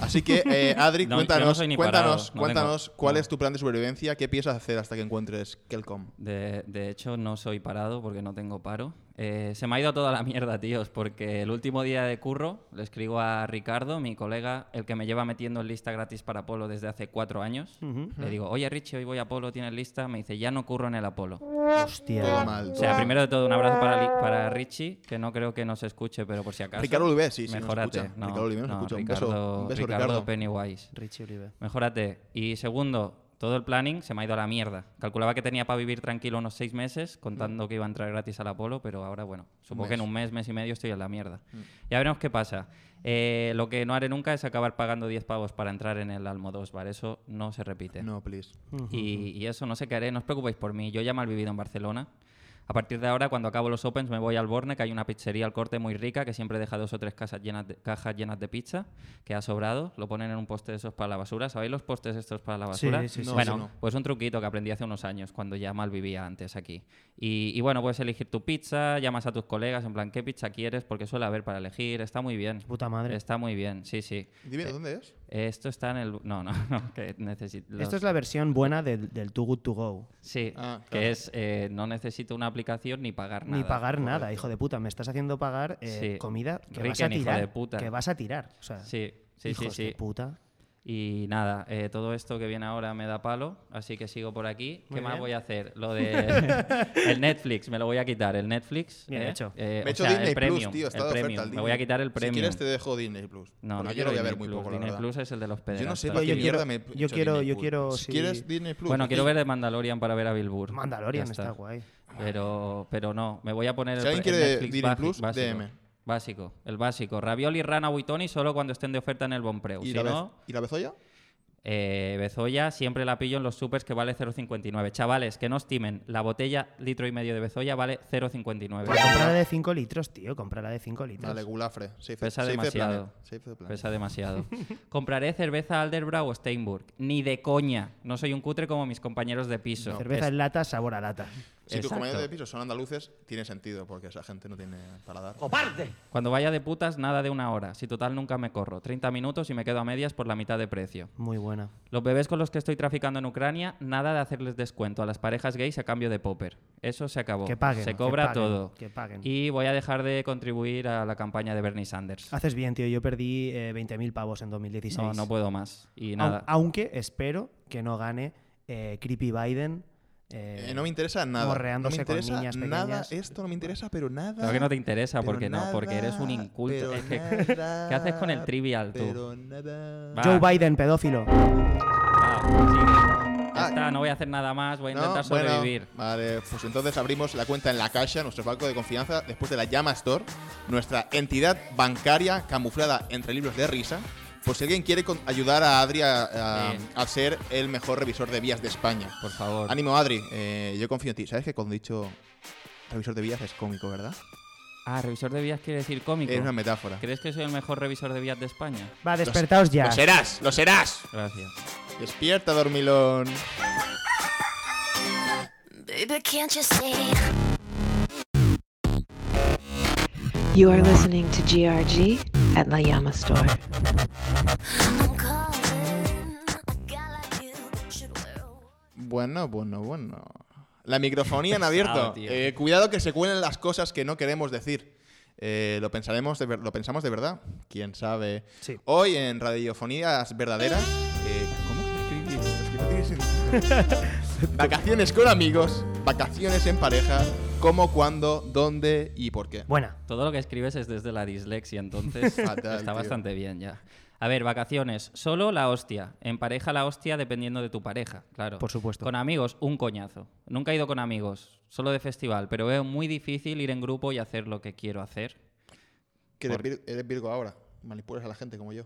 Speaker 1: Así que,
Speaker 4: <laughs>
Speaker 1: eh, Adri,
Speaker 4: No, yo no
Speaker 1: cuéntanos,
Speaker 4: soy ni
Speaker 1: cuéntanos,
Speaker 4: parado, no
Speaker 1: cuéntanos
Speaker 4: tengo-
Speaker 1: cuál
Speaker 4: no.
Speaker 1: es tu plan de supervivencia, qué piensas hacer hasta que encuentres Kelcom.
Speaker 4: De, de hecho, no soy parado porque no tengo paro. Eh, se me ha ido toda la mierda, tíos, porque el último día de curro le escribo a Ricardo, mi colega, el que me lleva metiendo en lista gratis para Apolo desde hace cuatro años. Le digo, oye, Richie, hoy voy a Apolo, ¿tienes lista? Me dice, ya no curro en el Apolo.
Speaker 1: Todo
Speaker 2: Hostia.
Speaker 1: mal.
Speaker 4: O
Speaker 1: todo
Speaker 4: sea,
Speaker 1: mal.
Speaker 4: primero de todo, un abrazo para, Li- para Richie, que no creo que nos escuche, pero por si acaso.
Speaker 1: Ricardo Olivé, sí, sí, nos
Speaker 4: Mejórate.
Speaker 1: escucha.
Speaker 4: No,
Speaker 1: Ricardo Olivé nos
Speaker 4: no,
Speaker 1: escucha. Un beso-
Speaker 4: Ricardo-
Speaker 1: un beso, Ricardo.
Speaker 4: Ricardo Pennywise.
Speaker 2: Richie Olive.
Speaker 4: Mejórate. Y segundo, todo el planning se me ha ido a la mierda. Calculaba que tenía para vivir tranquilo unos seis meses, contando que iba a entrar gratis al Apolo, pero ahora, bueno, supongo que en un mes, mes y medio estoy en la mierda.
Speaker 1: Mm.
Speaker 4: Ya veremos qué pasa. Eh, lo que no haré nunca es acabar pagando 10 pavos para entrar en el Almodóvar. Eso no se repite.
Speaker 1: No, please.
Speaker 4: Y, y eso, no sé qué haré, no os preocupéis por mí. Yo ya mal vivido en Barcelona. A partir de ahora, cuando acabo los Opens, me voy al Borne, que hay una pizzería al corte muy rica que siempre deja dos o tres casas llenas de- cajas llenas de pizza que ha sobrado. Lo ponen en un poste de esos para la basura. ¿Sabéis los postes estos para la basura?
Speaker 2: sí, sí,
Speaker 4: bueno,
Speaker 1: sí, no.
Speaker 4: pues un truquito que aprendí hace unos años, cuando ya mal vivía antes aquí. Y, y bueno, puedes elegir tu pizza, llamas a tus colegas, en plan, ¿qué pizza quieres? Porque suele haber para elegir. Está muy bien.
Speaker 2: Puta madre.
Speaker 4: Está muy bien, sí, sí. Eh,
Speaker 1: Dime, ¿dónde es?
Speaker 4: Esto está en el... No, <laughs> no, no, que necesito...
Speaker 2: Esto es la versión buena del, del Too Good To Go.
Speaker 4: Sí,
Speaker 1: Ah, claro.
Speaker 4: que es eh, no necesito una aplicación ni pagar nada.
Speaker 2: Ni pagar nada, hijo de puta. Me estás haciendo pagar eh,
Speaker 4: Sí.
Speaker 2: comida que vas a
Speaker 4: Riken, hijo
Speaker 2: tirar.
Speaker 4: de puta.
Speaker 2: Que vas a tirar. O sea,
Speaker 4: Sí, sí, sí,
Speaker 2: hijos
Speaker 4: sí.
Speaker 2: de puta.
Speaker 4: Y nada, eh, todo esto que viene ahora me da palo, así que sigo por aquí.
Speaker 2: Muy
Speaker 4: ¿Qué más
Speaker 2: bien.
Speaker 4: voy a hacer? Lo
Speaker 2: <laughs>
Speaker 4: de el Netflix, me lo voy a quitar, el Netflix.
Speaker 2: Bien
Speaker 4: ¿eh?
Speaker 2: hecho.
Speaker 4: Eh,
Speaker 1: Me he
Speaker 4: o
Speaker 1: hecho
Speaker 4: sea,
Speaker 1: Disney
Speaker 4: el premium,
Speaker 1: Plus, tío. Está
Speaker 4: el
Speaker 1: de
Speaker 4: premium.
Speaker 1: oferta el
Speaker 4: Me
Speaker 1: Disney.
Speaker 4: voy a quitar el premio.
Speaker 1: Si quieres, te dejo Disney Plus.
Speaker 4: No, no
Speaker 1: Porque yo
Speaker 4: quiero
Speaker 1: lo voy a ver
Speaker 4: Disney
Speaker 1: muy
Speaker 4: Plus.
Speaker 1: poco, la
Speaker 4: Disney
Speaker 1: verdad.
Speaker 4: Plus es el de los
Speaker 1: Yo no
Speaker 4: pederastas.
Speaker 1: sé por
Speaker 2: Yo
Speaker 1: qué
Speaker 2: quiero-
Speaker 1: mierda me he
Speaker 2: yo
Speaker 1: hecho
Speaker 2: quiero-
Speaker 1: Disney
Speaker 2: yo
Speaker 1: Plus.
Speaker 2: quiero,
Speaker 1: Si
Speaker 2: sí.
Speaker 1: quieres Disney Plus.
Speaker 4: Bueno, quiero ver el Mandalorian para ver a Bill Burr.
Speaker 2: Pues Mandalorian
Speaker 4: Ya Pues
Speaker 2: está. guay.
Speaker 4: Pero, pero no, me voy a poner
Speaker 1: Si
Speaker 4: el,
Speaker 1: alguien
Speaker 4: el
Speaker 1: quiere
Speaker 4: Netflix
Speaker 1: Disney
Speaker 4: basi-
Speaker 1: Plus,
Speaker 4: básico.
Speaker 1: DM.
Speaker 4: Básico, el básico. Ravioli, Rana, Buitoni solo cuando estén de oferta en el Bonpreu.
Speaker 1: ¿Y
Speaker 4: Si
Speaker 1: la Bez-
Speaker 4: no,
Speaker 1: ¿Y la Bezoya?
Speaker 4: eh, Bezoya siempre la pillo en los supers que vale 0,59. Chavales, que no estimen, la botella litro y medio de Bezoya vale 0,59.
Speaker 2: Comprala Pues de 5 litros, tío. Comprala de 5 litros.
Speaker 1: Vale, gulafre. Safe,
Speaker 4: Pesa
Speaker 1: safe
Speaker 4: demasiado.
Speaker 1: planet, safe planet. <laughs>
Speaker 4: Pesa demasiado. Compraré cerveza Alderbrau o Steinburg. Ni de coña. No soy un cutre como mis compañeros de piso.
Speaker 2: Cerveza
Speaker 4: Es-
Speaker 2: en lata, sabor a lata.
Speaker 1: Si tus
Speaker 4: Exacto.
Speaker 1: compañeros de piso son andaluces, tiene sentido, porque esa gente no tiene paladar.
Speaker 4: Cuando vaya de putas, nada de una hora. Si total nunca me corro. 30 minutos y me quedo a medias por la mitad de precio.
Speaker 2: Muy buena.
Speaker 4: Los bebés con los que estoy traficando en Ucrania, nada de hacerles descuento a las parejas gays a cambio de popper. Eso se acabó.
Speaker 2: Que paguen,
Speaker 4: Se
Speaker 2: que
Speaker 4: cobra
Speaker 2: paguen,
Speaker 4: todo.
Speaker 2: que paguen.
Speaker 4: Y voy a dejar de contribuir a la campaña de Bernie Sanders.
Speaker 2: Haces bien, tío. Yo perdí eh, 20.000 pavos en 2016.
Speaker 4: No, no puedo más. Y
Speaker 2: Au-
Speaker 4: nada.
Speaker 2: Aunque espero que no gane eh, Creepy Biden. eh,
Speaker 1: Eh, no me interesa nada. No me
Speaker 2: morreándose con
Speaker 1: interesa
Speaker 2: niñas
Speaker 1: nada.
Speaker 2: pequeñas.
Speaker 1: Esto no me interesa, pero nada.
Speaker 4: Claro que no te interesa,
Speaker 1: pero
Speaker 4: porque no, porque eres un
Speaker 1: nada,
Speaker 4: inculto.
Speaker 1: pero
Speaker 4: <laughs> Es que-
Speaker 1: nada,
Speaker 4: ¿Qué haces con el trivial tú?
Speaker 1: Pero nada.
Speaker 4: Va,
Speaker 2: Joe Biden, pedófilo.
Speaker 4: va, sigue. Ah, pues Ya
Speaker 1: Ah.
Speaker 4: está, no voy a hacer nada más, voy a
Speaker 1: No,
Speaker 4: intentar
Speaker 1: bueno,
Speaker 4: sobrevivir.
Speaker 1: vale, pues entonces abrimos la cuenta en la Caixa, nuestro banco de confianza, después de la Llama Store, nuestra entidad bancaria camuflada entre libros de risa. Pues si alguien quiere con- ayudar a Adri a, a-
Speaker 4: Sí.
Speaker 1: a ser el mejor revisor de vías de España.
Speaker 4: Por favor.
Speaker 1: Ánimo, Adri, eh, yo confío en ti. ¿Sabes que cuando he dicho revisor de vías es cómico, verdad?
Speaker 4: Ah, revisor de vías quiere decir cómico.
Speaker 1: Es una metáfora.
Speaker 4: ¿Crees que soy el mejor revisor de vías de España?
Speaker 2: Va, despertaos ya.
Speaker 1: ¡Lo serás! ¡Lo serás!
Speaker 4: Gracias.
Speaker 1: Despierta, dormilón.
Speaker 8: Baby, can't you see?
Speaker 9: You are listening to GRG at La Llama Store.
Speaker 8: I'm calling. A guy like you should wear a
Speaker 1: Bueno, bueno, bueno. La microfonía en abierto.
Speaker 4: Pesado, tío.
Speaker 1: Eh, cuidado que se cuelen las cosas que no queremos decir. Eh, lo pensaremos, de ver- lo pensamos de verdad. Quién sabe.
Speaker 2: Sí.
Speaker 1: Hoy en radiofonías verdaderas. eh, ¿Cómo? vacaciones con amigos, vacaciones en pareja. ¿Cómo, cuándo, dónde y por qué?
Speaker 2: Buena.
Speaker 4: Todo lo que escribes es desde la
Speaker 2: <laughs>
Speaker 4: dislexia, entonces
Speaker 1: Fatal,
Speaker 4: está
Speaker 1: tío.
Speaker 4: bastante bien ya. A ver, vacaciones, solo la hostia. En pareja la hostia dependiendo de tu pareja, claro.
Speaker 2: Por supuesto.
Speaker 4: Con amigos, un coñazo. Nunca he ido con amigos, solo de festival, pero veo muy difícil ir en grupo y hacer lo que quiero hacer.
Speaker 1: Que eres, vir- eres Virgo ahora. Manipulas a la gente como yo.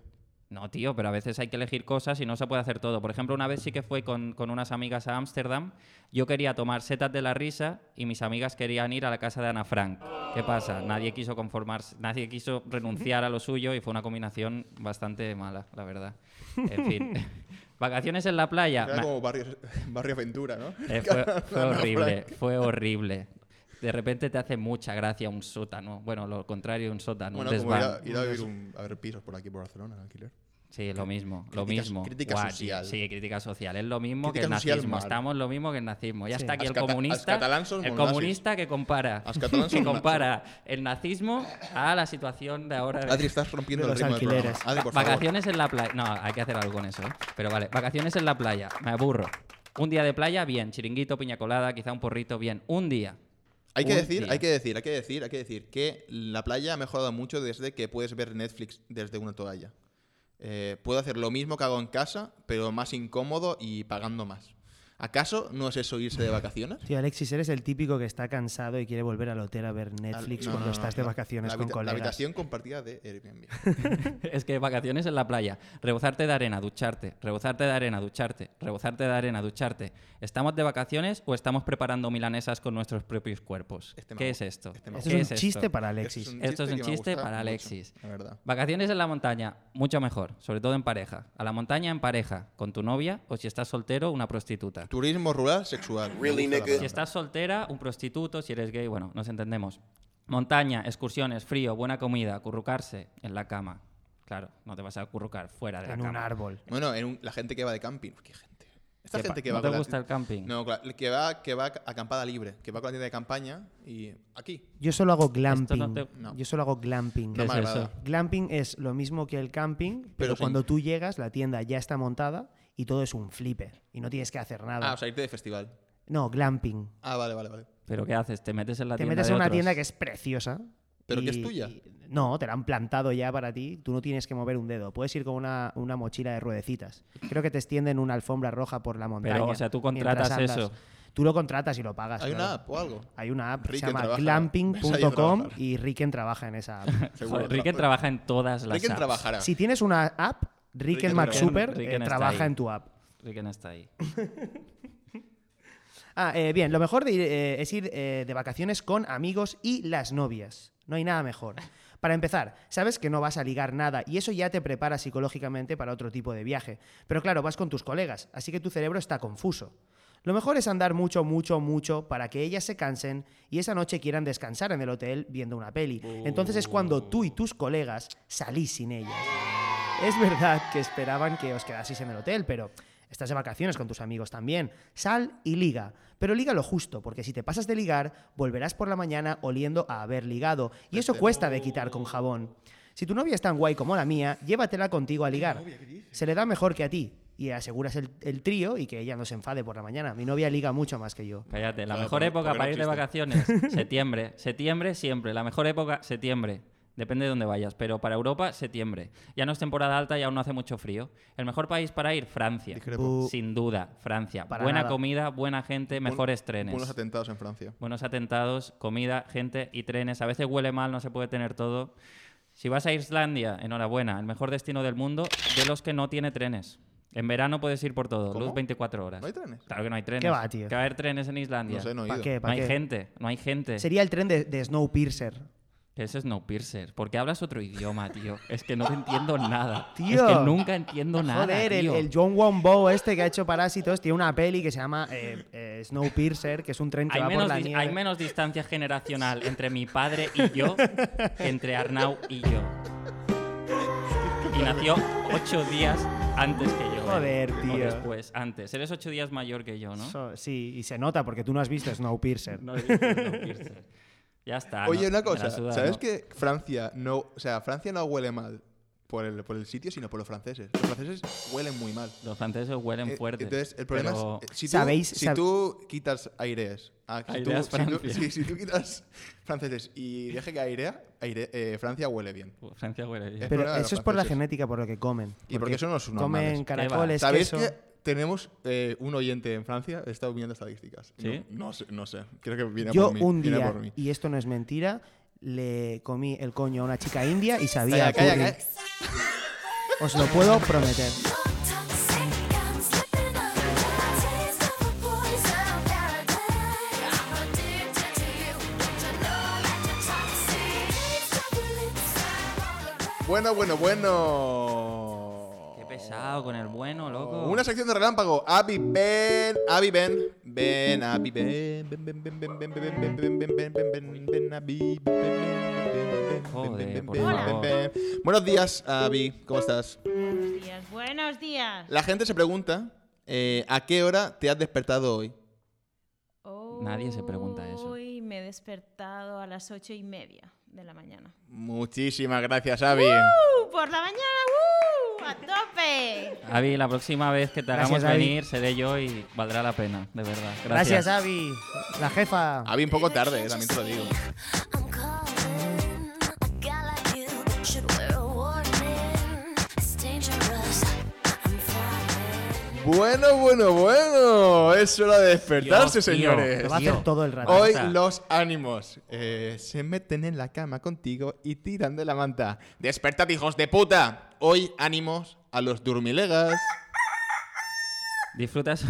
Speaker 4: No, tío, pero a veces hay que elegir cosas y no se puede hacer todo. Por ejemplo, una vez sí que fui con, con unas amigas a Ámsterdam. Yo quería tomar setas de la risa y mis amigas querían ir a la casa de Ana Frank. ¿Qué pasa? Nadie quiso conformarse, nadie quiso renunciar a lo suyo y fue una combinación bastante mala, la verdad. En fin. <laughs> Vacaciones en la playa.
Speaker 1: Era
Speaker 4: Me-
Speaker 1: como barrio, <laughs> barrio Aventura, ¿no?
Speaker 4: <laughs> eh, fue, fue horrible, fue horrible. De repente te hace mucha gracia un sótano. Bueno, lo contrario de un
Speaker 1: <laughs>
Speaker 4: sótano,
Speaker 1: Bueno,
Speaker 4: un
Speaker 1: como ir a,
Speaker 4: desván.
Speaker 1: ir a vivir un- a ver pisos por aquí, por Barcelona, en
Speaker 4: <laughs>
Speaker 1: alquiler.
Speaker 4: Sí, lo mismo, lo
Speaker 1: críticas-
Speaker 4: mismo.
Speaker 1: crítica
Speaker 4: Guau, tío,
Speaker 1: social.
Speaker 4: Sí, crítica social. Es lo mismo
Speaker 1: Crítica
Speaker 4: que el
Speaker 1: social
Speaker 4: nazismo.
Speaker 1: mal.
Speaker 4: Estamos lo mismo que el nazismo. Ya está aquí
Speaker 1: Els
Speaker 4: el
Speaker 1: cata- els
Speaker 4: comunista.
Speaker 1: catalans són
Speaker 4: el
Speaker 1: molt nazis.
Speaker 4: comunista que compara.
Speaker 1: Els catalans
Speaker 4: Que
Speaker 1: són nazis.
Speaker 4: compara el nazismo a la situación de ahora. de-
Speaker 1: Adri, estás rompiendo
Speaker 2: De
Speaker 1: el
Speaker 2: los
Speaker 1: ritmo del
Speaker 2: alquileres.
Speaker 1: programa. Adri, por favor.
Speaker 4: Vacaciones en la playa. No, hay que hacer algo con eso. ¿eh? Pero vale, vacaciones en la playa. Me aburro. Un día de playa, bien. Chiringuito, piña colada, quizá un porrito, bien. Un día.
Speaker 1: Hay que
Speaker 4: Un
Speaker 1: decir,
Speaker 4: día.
Speaker 1: hay que decir, hay que decir, hay que decir que la playa ha mejorado mucho desde que puedes ver Netflix desde una toalla. Eh, puedo hacer lo mismo que hago en casa, pero más incómodo y pagando más. ¿Acaso no es eso irse de vacaciones?
Speaker 2: Tío, Alexis, eres el típico que está cansado y quiere volver al hotel a ver Netflix
Speaker 1: No, no,
Speaker 2: cuando
Speaker 1: no,
Speaker 2: estás
Speaker 1: no.
Speaker 2: de vacaciones
Speaker 1: La
Speaker 2: con
Speaker 1: habita-
Speaker 2: colegas.
Speaker 1: La habitación compartida de Airbnb.
Speaker 4: <laughs> es que vacaciones en la playa, rebozarte de arena, ducharte, rebozarte de arena, ducharte, rebozarte de arena, ducharte. ¿Estamos de vacaciones o estamos preparando milanesas con nuestros propios cuerpos?
Speaker 1: Este me
Speaker 4: ¿Qué es
Speaker 1: gusta,
Speaker 4: esto?
Speaker 1: este me
Speaker 2: Esto
Speaker 1: ¿Qué
Speaker 2: es
Speaker 1: es
Speaker 2: un chiste
Speaker 4: esto?
Speaker 2: para Alexis.
Speaker 4: Esto es un
Speaker 1: que me
Speaker 4: chiste
Speaker 1: gusta
Speaker 4: para
Speaker 1: mucho,
Speaker 4: Alexis.
Speaker 1: La verdad.
Speaker 4: Vacaciones en la montaña, mucho mejor, sobre todo en pareja. A la montaña en pareja, con tu novia o si estás soltero, una prostituta.
Speaker 1: Turismo rural sexual. Me gusta
Speaker 10: Really,
Speaker 1: la
Speaker 10: nigga?
Speaker 4: Si
Speaker 1: palabra.
Speaker 4: estás soltera, un prostituto, si eres gay, bueno, nos entendemos. Montaña, excursiones, frío, buena comida, currucarse en la cama. Claro, no te vas a currucar fuera de la
Speaker 2: En
Speaker 4: cama.
Speaker 2: un árbol.
Speaker 1: Bueno, en un- la gente que va de camping. Qué gente. Esta
Speaker 4: ¿Qué
Speaker 1: gente
Speaker 4: pa-
Speaker 1: que
Speaker 4: no
Speaker 1: va
Speaker 4: te
Speaker 1: con la-
Speaker 4: gusta el camping?
Speaker 1: No, claro, que va, que va a acampada libre, que va con la tienda de campaña y aquí.
Speaker 2: Yo solo hago glamping.
Speaker 4: te-
Speaker 1: No.
Speaker 2: Yo solo hago glamping.
Speaker 1: No me
Speaker 4: es eso?
Speaker 1: agrada.
Speaker 2: Glamping es lo mismo que el camping, pero,
Speaker 1: Pero sin-
Speaker 2: cuando tú llegas la tienda ya está montada y todo es un flipper y no tienes que hacer nada.
Speaker 1: Ah, o sea, irte de festival.
Speaker 2: no, glamping.
Speaker 1: Ah, vale, vale, vale.
Speaker 4: ¿Pero qué haces? ¿Te metes en la
Speaker 2: Te
Speaker 4: tienda
Speaker 2: metes
Speaker 4: de
Speaker 2: en una
Speaker 4: otros?
Speaker 2: tienda que es preciosa.
Speaker 1: Pero
Speaker 2: y-
Speaker 1: que es tuya.
Speaker 2: y- no, te la han plantado ya para ti. Tú no tienes que mover un dedo. Puedes ir con una, una mochila de ruedecitas. Creo que te extienden una alfombra roja por la montaña.
Speaker 4: o sea, tú
Speaker 2: mientras
Speaker 4: contratas
Speaker 2: andas.
Speaker 4: eso.
Speaker 2: Tú lo contratas y lo pagas.
Speaker 1: ¿Hay
Speaker 2: claro.
Speaker 1: una app o algo?
Speaker 2: Hay una app que se
Speaker 1: Riken
Speaker 2: llama
Speaker 1: trabaja. Ves ahí a
Speaker 2: glamping.com
Speaker 1: trabajar.
Speaker 2: y Riken trabaja en esa app.
Speaker 1: <laughs> Seguro.
Speaker 4: Joder, Ricken trabaja en todas las
Speaker 1: Riken
Speaker 4: apps.
Speaker 1: trabajará.
Speaker 2: Si tienes una app, Riken
Speaker 1: Riken
Speaker 2: McSuper
Speaker 4: trabaja. Riken
Speaker 2: eh,
Speaker 4: está
Speaker 2: trabaja
Speaker 4: ahí.
Speaker 2: en tu app.
Speaker 4: Ricken está ahí.
Speaker 2: Ah, eh, bien, lo mejor de ir, eh, es ir eh, de vacaciones con amigos y las novias. No hay nada mejor. Para empezar, sabes que no vas a ligar nada y eso ya te prepara psicológicamente para otro tipo de viaje. Pero claro, vas con tus colegas, así que tu cerebro está confuso. Lo mejor es andar mucho, mucho, mucho para que ellas se cansen y esa noche quieran descansar en el hotel viendo una peli. Entonces es cuando tú y tus colegas salís sin ellas. Es verdad que esperaban que os quedaseis en el hotel, pero estás de vacaciones con tus amigos también. Sal y liga, pero liga lo justo, porque si te pasas de ligar, volverás por la mañana oliendo a haber ligado, y eso cuesta de quitar con jabón. Si tu novia es tan guay como la mía, llévatela contigo a ligar. Se le da mejor que a ti, y aseguras el, el trío y que ella no se enfade por la mañana. Mi novia liga mucho más que yo.
Speaker 4: Cállate, la
Speaker 1: Claro,
Speaker 4: mejor
Speaker 1: porque-
Speaker 4: época
Speaker 1: porque
Speaker 4: para
Speaker 1: no
Speaker 4: ir de
Speaker 1: existe.
Speaker 4: vacaciones, <laughs> septiembre. Septiembre siempre, la mejor época, septiembre. Depende de dónde vayas, pero para Europa, septiembre. Ya no es temporada alta y aún no hace mucho frío. El mejor país para ir, Francia.
Speaker 1: Discrepo.
Speaker 4: Sin duda, Francia.
Speaker 2: Para
Speaker 4: buena
Speaker 2: nada.
Speaker 4: comida, buena gente, mejores trenes.
Speaker 1: Unos atentados en Francia.
Speaker 4: Buenos atentados, comida, gente y trenes. A veces huele mal, no se puede tener todo. Si vas a Islandia, enhorabuena, el mejor destino del mundo de los que no tiene trenes. En verano puedes ir por todo,
Speaker 1: ¿Cómo?
Speaker 4: luz 24 horas.
Speaker 1: ¿No hay trenes?
Speaker 4: Claro que no hay trenes.
Speaker 2: ¿Qué va, tío?
Speaker 4: Que va a haber trenes en Islandia.
Speaker 1: No sé, no he
Speaker 2: ¿Pa'
Speaker 1: ido.
Speaker 2: qué?
Speaker 4: No hay gente, no hay gente.
Speaker 2: Sería el tren de, de Snowpiercer.
Speaker 4: Que Ese es no piercer. Porque hablas otro idioma, tío. Es que no te entiendo nada.
Speaker 2: <laughs> Tío.
Speaker 4: Es que nunca entiendo nada.
Speaker 2: Joder, el,
Speaker 4: tío.
Speaker 2: el John Wombo este que ha hecho Parásitos tiene una peli que se llama eh, eh, Snowpiercer, que es un tren que
Speaker 4: hay
Speaker 2: va
Speaker 4: menos,
Speaker 2: por la
Speaker 4: dis-
Speaker 2: nieve.
Speaker 4: hay menos distancia generacional entre mi padre y yo que entre Arnau y yo. Y nació ocho días antes que yo. ¿eh?
Speaker 2: Joder,
Speaker 4: O
Speaker 2: tío.
Speaker 4: después, antes. Eres ocho días mayor que yo, ¿no?
Speaker 2: So- sí, y se nota porque tú no has visto Snowpiercer.
Speaker 4: No he visto el Snowpiercer. Ya está.
Speaker 1: Oye,
Speaker 4: Ah,
Speaker 1: una
Speaker 4: no- me la
Speaker 1: cosa,
Speaker 4: suda,
Speaker 1: ¿sabes
Speaker 4: ¿no?
Speaker 1: que Francia no, o sea, Francia no huele mal por el, por el sitio, sino por los franceses? Los franceses huelen muy mal.
Speaker 4: Los franceses huelen
Speaker 1: Eh,
Speaker 4: fuerte.
Speaker 1: Entonces, el problema
Speaker 4: pero-
Speaker 1: es eh, si tú,
Speaker 2: ¿Sabéis-
Speaker 1: si
Speaker 2: sab-
Speaker 1: tú quitas aires, ah, si, tú,
Speaker 4: Aireas
Speaker 1: si tú-
Speaker 4: Francia.
Speaker 1: sí, si tú quitas franceses y deje que airea, aire, eh, Francia huele bien.
Speaker 4: Uf, Francia huele bien.
Speaker 1: Es
Speaker 2: Pero
Speaker 1: problema de
Speaker 2: eso
Speaker 1: los
Speaker 2: es por la
Speaker 1: franceses.
Speaker 2: genética, por lo que comen.
Speaker 1: Y porque son los normales.
Speaker 2: Comen caracoles,
Speaker 1: ¿Sabéis
Speaker 2: queso.
Speaker 1: que tenemos eh, un oyente en Francia? He estado viendo estadísticas.
Speaker 4: ¿Sí?
Speaker 1: No, no sé, no sé. Creo que viene
Speaker 2: Yo
Speaker 1: por mí.
Speaker 2: un
Speaker 1: viene
Speaker 2: día,
Speaker 1: por mí.
Speaker 2: y esto no es mentira, le comí el coño a una chica india y
Speaker 1: Calla,
Speaker 2: sabía
Speaker 1: calla,
Speaker 2: curry.
Speaker 1: calla.
Speaker 2: Os lo puedo prometer.
Speaker 1: Bueno, bueno, bueno.
Speaker 4: Qué pesado con el bueno, loco.
Speaker 1: Oh. Una sección de relámpago. Abby, ven. Abby, ven. Ven, Abby, ven. Ven, ven, ven, ven, ven, ven, ven, ven, ven, ven, ven, ven, ven, Abby. Ven, ven, ven, ven, ven, ven,
Speaker 4: Joder,
Speaker 1: ven, ven,
Speaker 4: por
Speaker 1: ven, ven,
Speaker 4: favor.
Speaker 1: ven. Buenos días, Abby. ¿Cómo estás?
Speaker 10: Buenos días, buenos días.
Speaker 1: La gente se pregunta eh, a qué hora te has despertado hoy.
Speaker 4: Nadie se pregunta eso.
Speaker 10: Hoy me he despertado a las ocho y media de la mañana.
Speaker 1: Muchísimas gracias, Abby.
Speaker 10: ¡Uh! ¡Por la mañana! ¡Uh! ¡A tope!
Speaker 4: Avi, la próxima vez que te
Speaker 2: Gracias,
Speaker 4: hagamos
Speaker 2: Avi.
Speaker 4: venir seré yo y valdrá la pena, de verdad.
Speaker 2: Gracias,
Speaker 4: Gracias.
Speaker 2: Avi, la jefa.
Speaker 1: Abby, un poco tarde, eh, también te lo digo.
Speaker 8: I'm calling a guy like you should wear a warning. It's dangerous. I'm falling.
Speaker 1: Bueno, bueno, bueno. Es hora de despertarse,
Speaker 4: Dios, tío.
Speaker 1: señores.
Speaker 2: Lo va a hacer todo el rato.
Speaker 1: Hoy
Speaker 4: Basta.
Speaker 1: los ánimos eh, se meten en la cama contigo y tiran de la manta. Despertad, hijos de puta. Hoy ánimos a los durmilegas.
Speaker 2: <laughs>
Speaker 4: Disfrutas.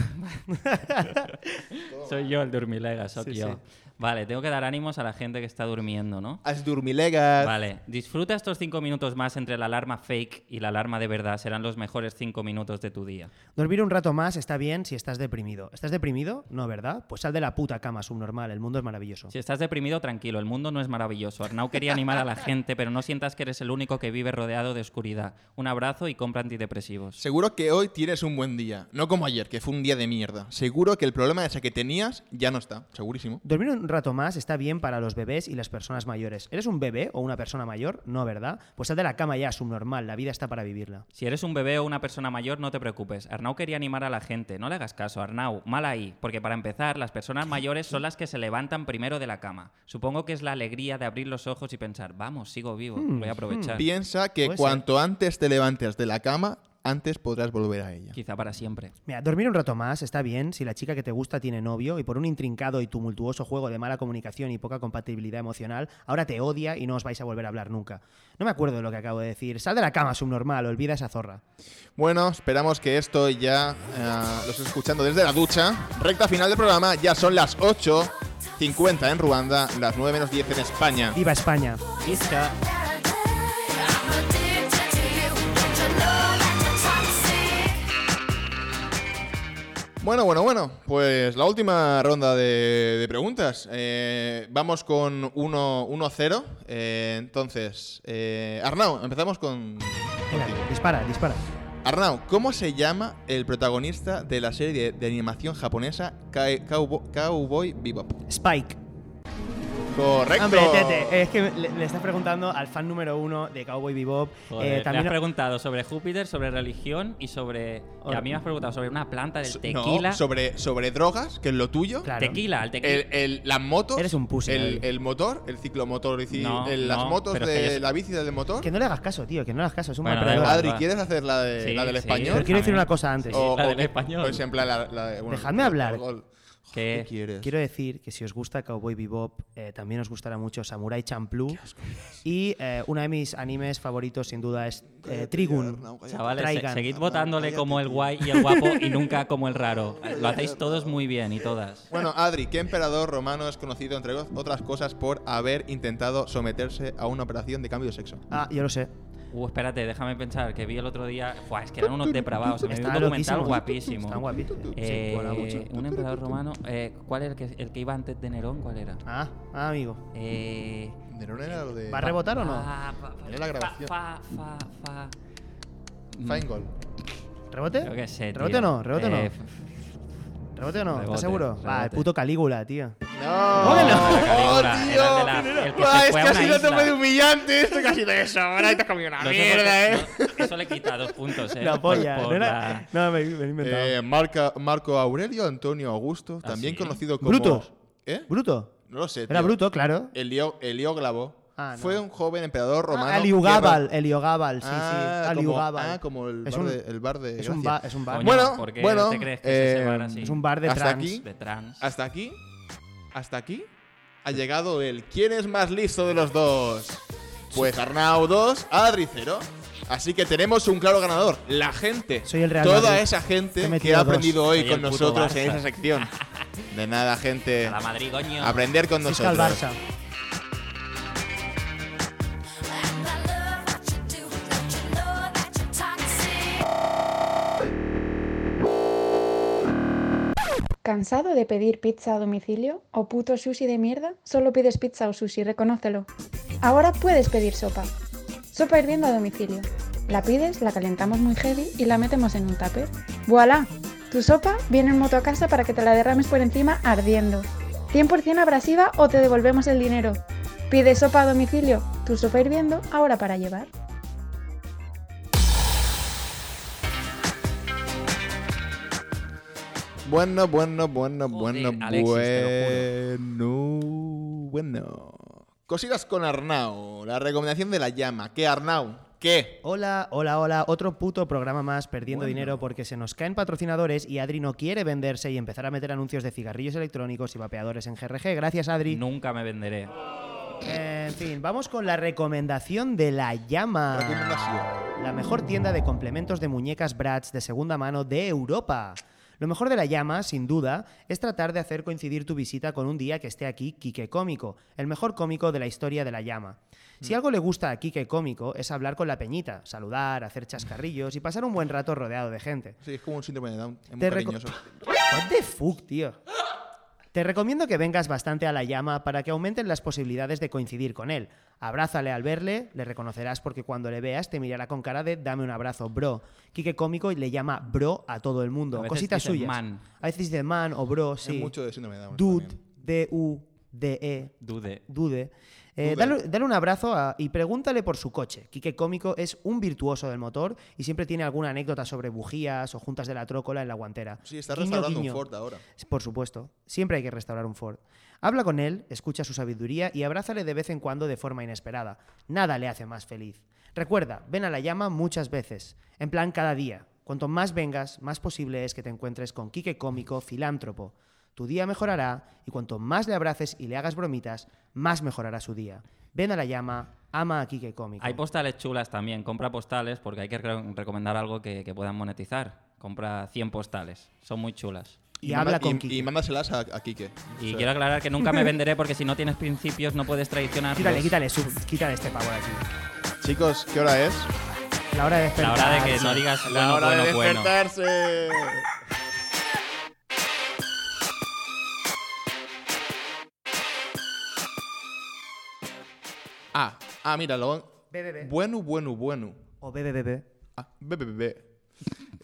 Speaker 4: Soy yo el durmilega, soy
Speaker 2: Sí,
Speaker 4: yo.
Speaker 2: sí.
Speaker 4: Vale, tengo que dar ánimos a la gente que está durmiendo, ¿no?
Speaker 1: A los durmilegas.
Speaker 4: Vale, disfruta estos cinco minutos más entre la alarma fake y la alarma de verdad. Serán los mejores cinco minutos de tu día.
Speaker 2: Dormir un rato más está bien si estás deprimido. ¿Estás deprimido? No, ¿verdad? Pues sal de la puta cama subnormal, el mundo es maravilloso.
Speaker 4: Si estás deprimido, tranquilo, el mundo no es maravilloso. Arnau quería
Speaker 2: <laughs>
Speaker 4: animar a la gente, pero no sientas que eres el único que vive rodeado de oscuridad. Un abrazo y compra antidepresivos.
Speaker 1: Seguro que hoy tienes un buen día. No como ayer, que fue un día de mierda, seguro que el problema ese que tenías ya no está, segurísimo.
Speaker 2: Dormir un rato más está bien para los bebés y las personas mayores. ¿Eres un bebé o una persona mayor? No, ¿verdad? Pues sal de la cama ya, subnormal. La vida está para vivirla.
Speaker 4: Si eres un bebé o una persona mayor, no te preocupes. Arnau quería animar a la gente. No le hagas caso, Arnau. Mal ahí. Porque para empezar, las <laughs> personas mayores son las que se levantan primero de la cama. Supongo que es la alegría de abrir los ojos y pensar, vamos, sigo vivo, voy a aprovechar.
Speaker 1: Piensa que
Speaker 2: Puede ser.
Speaker 1: cuanto antes te levantes de la cama, antes podrás volver a ella.
Speaker 4: Quizá para siempre.
Speaker 2: Mira, dormir un rato más está bien si la chica que te gusta tiene novio y por un intrincado y tumultuoso juego de mala comunicación y poca compatibilidad emocional, ahora te odia y no os vais a volver a hablar nunca. No me acuerdo de lo que acabo de decir. Sal de la cama, subnormal, olvida esa zorra.
Speaker 1: Bueno, esperamos que esto ya eh, lo estés escuchando desde la ducha. Recta final del programa, ya son las 8.50 en Ruanda, las 9 menos 10 en España.
Speaker 2: Viva España.
Speaker 3: Isca.
Speaker 8: I'm addicted to you. Don't you know that you're toxic?
Speaker 1: Bueno, bueno, bueno, pues la última ronda de, de preguntas. Eh, vamos con 1-0. Eh, entonces, eh, Arnau, empezamos con...
Speaker 2: Venga,
Speaker 1: contigo.
Speaker 2: dispara, dispara.
Speaker 1: Arnau, ¿cómo se llama el protagonista de la serie de, de animación japonesa Cowboy, Cowboy Bebop?
Speaker 2: Spike.
Speaker 1: Correcto.
Speaker 2: Hombre, Tete, es que le, le estás preguntando al fan número uno de Cowboy Bebop.
Speaker 4: Joder,
Speaker 2: Eh,
Speaker 4: le has preguntado sobre Júpiter, sobre religión y sobre... y a mí me has preguntado sobre una planta del
Speaker 1: So-
Speaker 4: tequila.
Speaker 1: No, sobre, sobre drogas, que es lo tuyo.
Speaker 2: Claro.
Speaker 4: Tequila, el tequila.
Speaker 1: El, el- las motos.
Speaker 2: Eres un pussy, David.
Speaker 1: El, el motor, el ciclomotor. es decir,
Speaker 4: No,
Speaker 1: el- las
Speaker 4: no,
Speaker 1: motos
Speaker 4: pero es que
Speaker 1: de
Speaker 4: yo-
Speaker 1: la bici del motor.
Speaker 2: Que no le hagas caso, tío, que no le hagas caso, es un
Speaker 4: Bueno,
Speaker 2: mal
Speaker 4: da
Speaker 2: perdedor.
Speaker 4: igual.
Speaker 1: Adri, Oh.
Speaker 4: va.
Speaker 1: ¿quieres hacer la, de,
Speaker 4: Sí,
Speaker 1: la del
Speaker 4: sí,
Speaker 1: español?
Speaker 2: Pero quiero decir
Speaker 4: Déjame.
Speaker 2: una cosa antes.
Speaker 4: Sí, sí. la del español.
Speaker 1: o pues en plan la- la de- bueno,
Speaker 2: Dejadme hablar.
Speaker 1: gol.
Speaker 4: ¿Qué?
Speaker 1: ¿Qué quieres?
Speaker 2: eh. Quiero decir que si os gusta Cowboy Bebop, eh, también os gustará mucho Samurai Champloo. Y eh, uno de mis animes favoritos, sin duda, es eh, Trigun.
Speaker 1: Arnau, cállate.
Speaker 4: <laughs> Chavales, se-
Speaker 2: Traigan.
Speaker 4: seguid
Speaker 1: Arnau,
Speaker 4: votándole
Speaker 1: cállate,
Speaker 4: como el
Speaker 1: tío.
Speaker 4: guay y el guapo y nunca como el raro. Lo hacéis todos muy bien y todas.
Speaker 1: Bueno, Adri, ¿qué emperador romano es conocido, entre otras cosas, por haber intentado someterse a una operación de cambio de sexo?
Speaker 2: Ah, yo lo sé.
Speaker 4: Uh, espérate, déjame pensar, que vi el otro día... Buah, es que eran unos depravados. Me vi un
Speaker 2: Está
Speaker 4: documental
Speaker 2: loquísimo.
Speaker 4: guapísimo.
Speaker 2: Está guapísimo.
Speaker 4: Eh,
Speaker 2: Sí, mola mucho.
Speaker 4: un emperador romano... eh, ¿Cuál era el que, el que iba antes de Nerón? ¿Cuál era?
Speaker 2: Ah, ah, amigo.
Speaker 4: Eh...
Speaker 1: Nerón era lo de.
Speaker 2: ¿Va a rebotar o no?
Speaker 4: fa- fa-
Speaker 1: Tenía la
Speaker 4: fa-
Speaker 1: grabación.
Speaker 4: fa- fa- fa-
Speaker 1: Feingol.
Speaker 4: Mm.
Speaker 2: ¿Rebote?
Speaker 4: Yo qué sé, tío.
Speaker 2: ¿Rebote o no? ¿Rebote o no?
Speaker 4: Eh, f- f-
Speaker 2: ¿Rebote o no?
Speaker 4: Rebote,
Speaker 2: ¿Estás seguro? Va, el
Speaker 4: rebote.
Speaker 2: puto Calígula,
Speaker 4: <laughs>
Speaker 2: tío.
Speaker 1: ¡No!
Speaker 2: Módelo.
Speaker 1: ¡Oh,
Speaker 4: Era el de
Speaker 1: tío!
Speaker 4: la- el que
Speaker 1: Buah,
Speaker 4: se
Speaker 1: es
Speaker 4: fue
Speaker 1: que
Speaker 4: a
Speaker 1: ha
Speaker 4: una
Speaker 1: sido
Speaker 4: isla.
Speaker 1: tope de humillante esto que ha sido eso. Ahora y te has comido una
Speaker 4: no sé por
Speaker 1: mierda,
Speaker 4: qué-
Speaker 1: ¿eh?
Speaker 4: no, eso le quita dos puntos, eh.
Speaker 2: La
Speaker 4: por-
Speaker 2: polla.
Speaker 4: por
Speaker 2: No,
Speaker 4: la-
Speaker 2: era- no, me, me lo he inventado.
Speaker 1: Eh, Marca- Marco Aurelio Antonio Augusto,
Speaker 4: ¿Ah,
Speaker 1: también
Speaker 4: sí?
Speaker 1: conocido como.
Speaker 2: Brutus.
Speaker 1: ¿Eh?
Speaker 2: ¿Bruto?
Speaker 1: No lo sé.
Speaker 2: Era
Speaker 1: tío.
Speaker 2: Bruto, claro.
Speaker 1: Helio- Helióglabo.
Speaker 2: Ah, no.
Speaker 1: Fue un joven emperador romano.
Speaker 2: Ah,
Speaker 1: Aliugábal
Speaker 2: Aliugábal, Eliogabal, sí,
Speaker 1: ah,
Speaker 2: sí.
Speaker 1: Como,
Speaker 2: Aliugábal.
Speaker 1: ah, como el
Speaker 2: Es
Speaker 1: bar
Speaker 2: un-
Speaker 1: de, el bar de
Speaker 2: es un
Speaker 1: Gracia.
Speaker 2: bar, es un bar.
Speaker 4: Coño,
Speaker 1: Bueno,
Speaker 4: ¿por qué
Speaker 1: bueno,
Speaker 4: te crees que
Speaker 1: eh,
Speaker 4: se separa así?
Speaker 2: es un bar de
Speaker 1: hasta
Speaker 2: trans.
Speaker 1: aquí.
Speaker 4: de trans.
Speaker 1: Hasta aquí. Hasta aquí. Ha llegado el ¿Quién es más listo de los dos? Pues Arnau 2, Adri 0. Así que tenemos un claro ganador. La gente.
Speaker 2: Soy el Real
Speaker 1: Toda
Speaker 2: Madrid.
Speaker 1: esa
Speaker 2: Te he
Speaker 1: gente que
Speaker 2: metido
Speaker 1: ha
Speaker 2: dos.
Speaker 1: aprendido hoy
Speaker 4: Soy
Speaker 1: con
Speaker 4: el puto
Speaker 1: nosotros en
Speaker 4: Barça.
Speaker 1: esa
Speaker 4: <laughs>
Speaker 1: sección. De nada, gente.
Speaker 4: A la Madrid, coño.
Speaker 1: Aprender con
Speaker 2: Cisca al
Speaker 1: nosotros.
Speaker 2: Barça.
Speaker 8: And I love what you do. Don't you know that you're toxic?
Speaker 11: ¿Cansado de pedir pizza a domicilio? ¿O puto sushi de mierda? Solo pides pizza o sushi, reconócelo. Ahora puedes pedir sopa. Sopa hirviendo a domicilio. La pides, la calentamos muy heavy y la metemos en un tupper. ¡Voilá! Tu sopa viene en moto a casa para que te la derrames por encima ardiendo. 100% abrasiva o te devolvemos el dinero. Pide sopa a domicilio. Tu sopa hirviendo ahora para llevar.
Speaker 1: Bueno, bueno, bueno,
Speaker 4: Joder,
Speaker 1: bueno,
Speaker 4: Alexis, te
Speaker 1: bueno. Bueno. Cositas con Arnau. La recomendación de la llama. ¿Qué, Arnau? ¿Qué?
Speaker 2: Hola, hola, hola. Otro puto programa más perdiendo dinero porque se nos caen patrocinadores y Adri no quiere venderse y empezar a meter anuncios de cigarrillos electrónicos y vapeadores en GRG. Gracias, Adri.
Speaker 4: Nunca me venderé.
Speaker 2: Eh, en fin, vamos con la recomendación de la llama.
Speaker 1: Recomendación.
Speaker 2: La mejor tienda de complementos de muñecas Bratz de segunda mano de Europa. Lo mejor de la llama, sin duda, es tratar de hacer coincidir tu visita con un día que esté aquí Quique Cómico, el mejor cómico de la historia de la llama. Si algo le gusta a Quique Cómico es hablar con la peñita, saludar, hacer chascarrillos y pasar un buen rato rodeado de gente. <laughs>
Speaker 1: Sí, es como un síndrome de Down. Es muy
Speaker 2: Te reco-
Speaker 1: cariñoso.
Speaker 2: What the fuck, tío. Te recomiendo que vengas bastante a la llama para que aumenten las posibilidades de coincidir con él. Abrázale al verle, le reconocerás porque cuando le veas te mirará con cara de dame un abrazo, bro. Quique Cómico le llama bro a todo el
Speaker 4: A
Speaker 2: mundo.
Speaker 4: veces
Speaker 2: Cositas
Speaker 4: dice
Speaker 2: suyas.
Speaker 4: man.
Speaker 2: A veces dice man o bro, sí.
Speaker 1: mucho de síndrome de Down
Speaker 2: Dude, D-U-D-E.
Speaker 4: Dude.
Speaker 2: Dude. Eh,
Speaker 1: Dude.
Speaker 2: dale, dale un abrazo a- y pregúntale por su coche. Quique Cómico es un virtuoso del motor y siempre tiene alguna anécdota sobre bujías o juntas de la trócola en la guantera.
Speaker 1: Sí, está
Speaker 2: Guiño,
Speaker 1: restaurando
Speaker 2: guiño.
Speaker 1: un Ford ahora.
Speaker 2: Por supuesto, siempre hay que restaurar un Ford. Habla con él, escucha su sabiduría y abrázale de vez en cuando de forma inesperada. Nada le hace más feliz. Recuerda, ven a la llama muchas veces, en plan cada día. Cuanto más vengas, más posible es que te encuentres con Quique Cómico, filántropo. Tu día mejorará y cuanto más le abraces y le hagas bromitas, más mejorará su día. Ven a la llama, ama a Quique Cómico.
Speaker 4: Hay postales chulas también. Compra postales porque hay que re- recomendar algo que, que puedan monetizar. Compra 100 postales. Son muy chulas.
Speaker 2: Y Y habla manda- con y-
Speaker 1: Y mándaselas a, a Quique.
Speaker 4: Y
Speaker 1: O sea,
Speaker 4: quiero aclarar que nunca me venderé porque si no tienes principios no puedes traicionar.
Speaker 2: Quítale, quítale, su- quítale este pavo de aquí.
Speaker 1: Chicos, ¿qué hora es?
Speaker 2: La hora de
Speaker 4: La
Speaker 2: despertar.
Speaker 4: hora de que no digas bueno,
Speaker 1: hora
Speaker 4: bueno,
Speaker 1: de
Speaker 4: bueno.
Speaker 1: despertarse. Ah, ah, míralo.
Speaker 2: Be, be, be.
Speaker 1: Bueno, bueno, bueno.
Speaker 2: O bebe, bebe.
Speaker 1: Ah, be, be, be, be.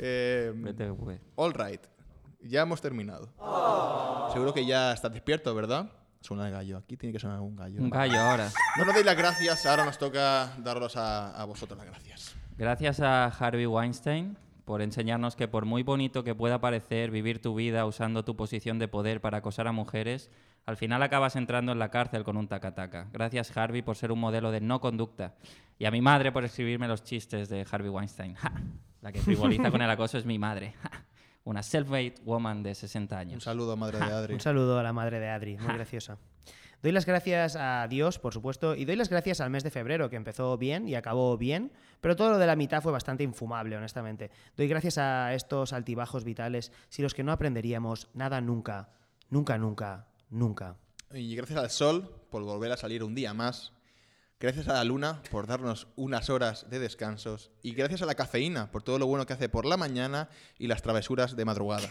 Speaker 1: Eh,
Speaker 4: Vete, güey.
Speaker 1: all right. Ya hemos terminado. Seguro que ya estás despierto, ¿verdad? Suena el gallo. Aquí tiene que sonar un gallo.
Speaker 4: Un gallo ahora.
Speaker 1: No nos deis las gracias. Ahora nos toca darlos a, a vosotros las gracias.
Speaker 4: Gracias a Harvey Weinstein por enseñarnos que por muy bonito que pueda parecer vivir tu vida usando tu posición de poder para acosar a mujeres, al final acabas entrando en la cárcel con un tacataca. Gracias Harvey por ser un modelo de no conducta y a mi madre por escribirme los chistes de Harvey Weinstein. Ja, La que frivoliza con el acoso es mi madre. Ja, Una self-made woman de 60
Speaker 1: Un
Speaker 4: años.
Speaker 1: saludo, madre de Adri.
Speaker 2: Un saludo a la madre de Adri, muy graciosa. Doy las gracias a Dios, por supuesto, y doy las gracias al mes de febrero, que empezó bien y acabó bien, pero todo lo de la mitad fue bastante infumable, honestamente. Doy gracias a estos altibajos vitales, sin los que no aprenderíamos nada nunca, nunca, nunca, nunca.
Speaker 1: Y gracias al sol por volver a salir un día más. Gracias a la luna por darnos unas horas de descansos. Y gracias a la cafeína por todo lo bueno que hace por la mañana y las travesuras de madrugada.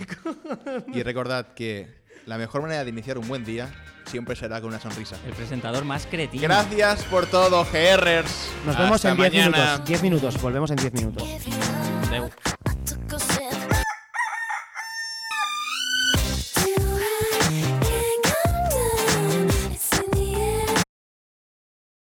Speaker 1: Y recordad que la mejor manera de iniciar un buen día siempre será con una sonrisa.
Speaker 4: El presentador más cretino.
Speaker 1: Gracias por todo, GRers.
Speaker 2: Nos vemos
Speaker 1: Hasta
Speaker 2: en 10
Speaker 1: mañana.
Speaker 2: minutos, 10 minutos, volvemos en 10 minutos.
Speaker 4: Adeu.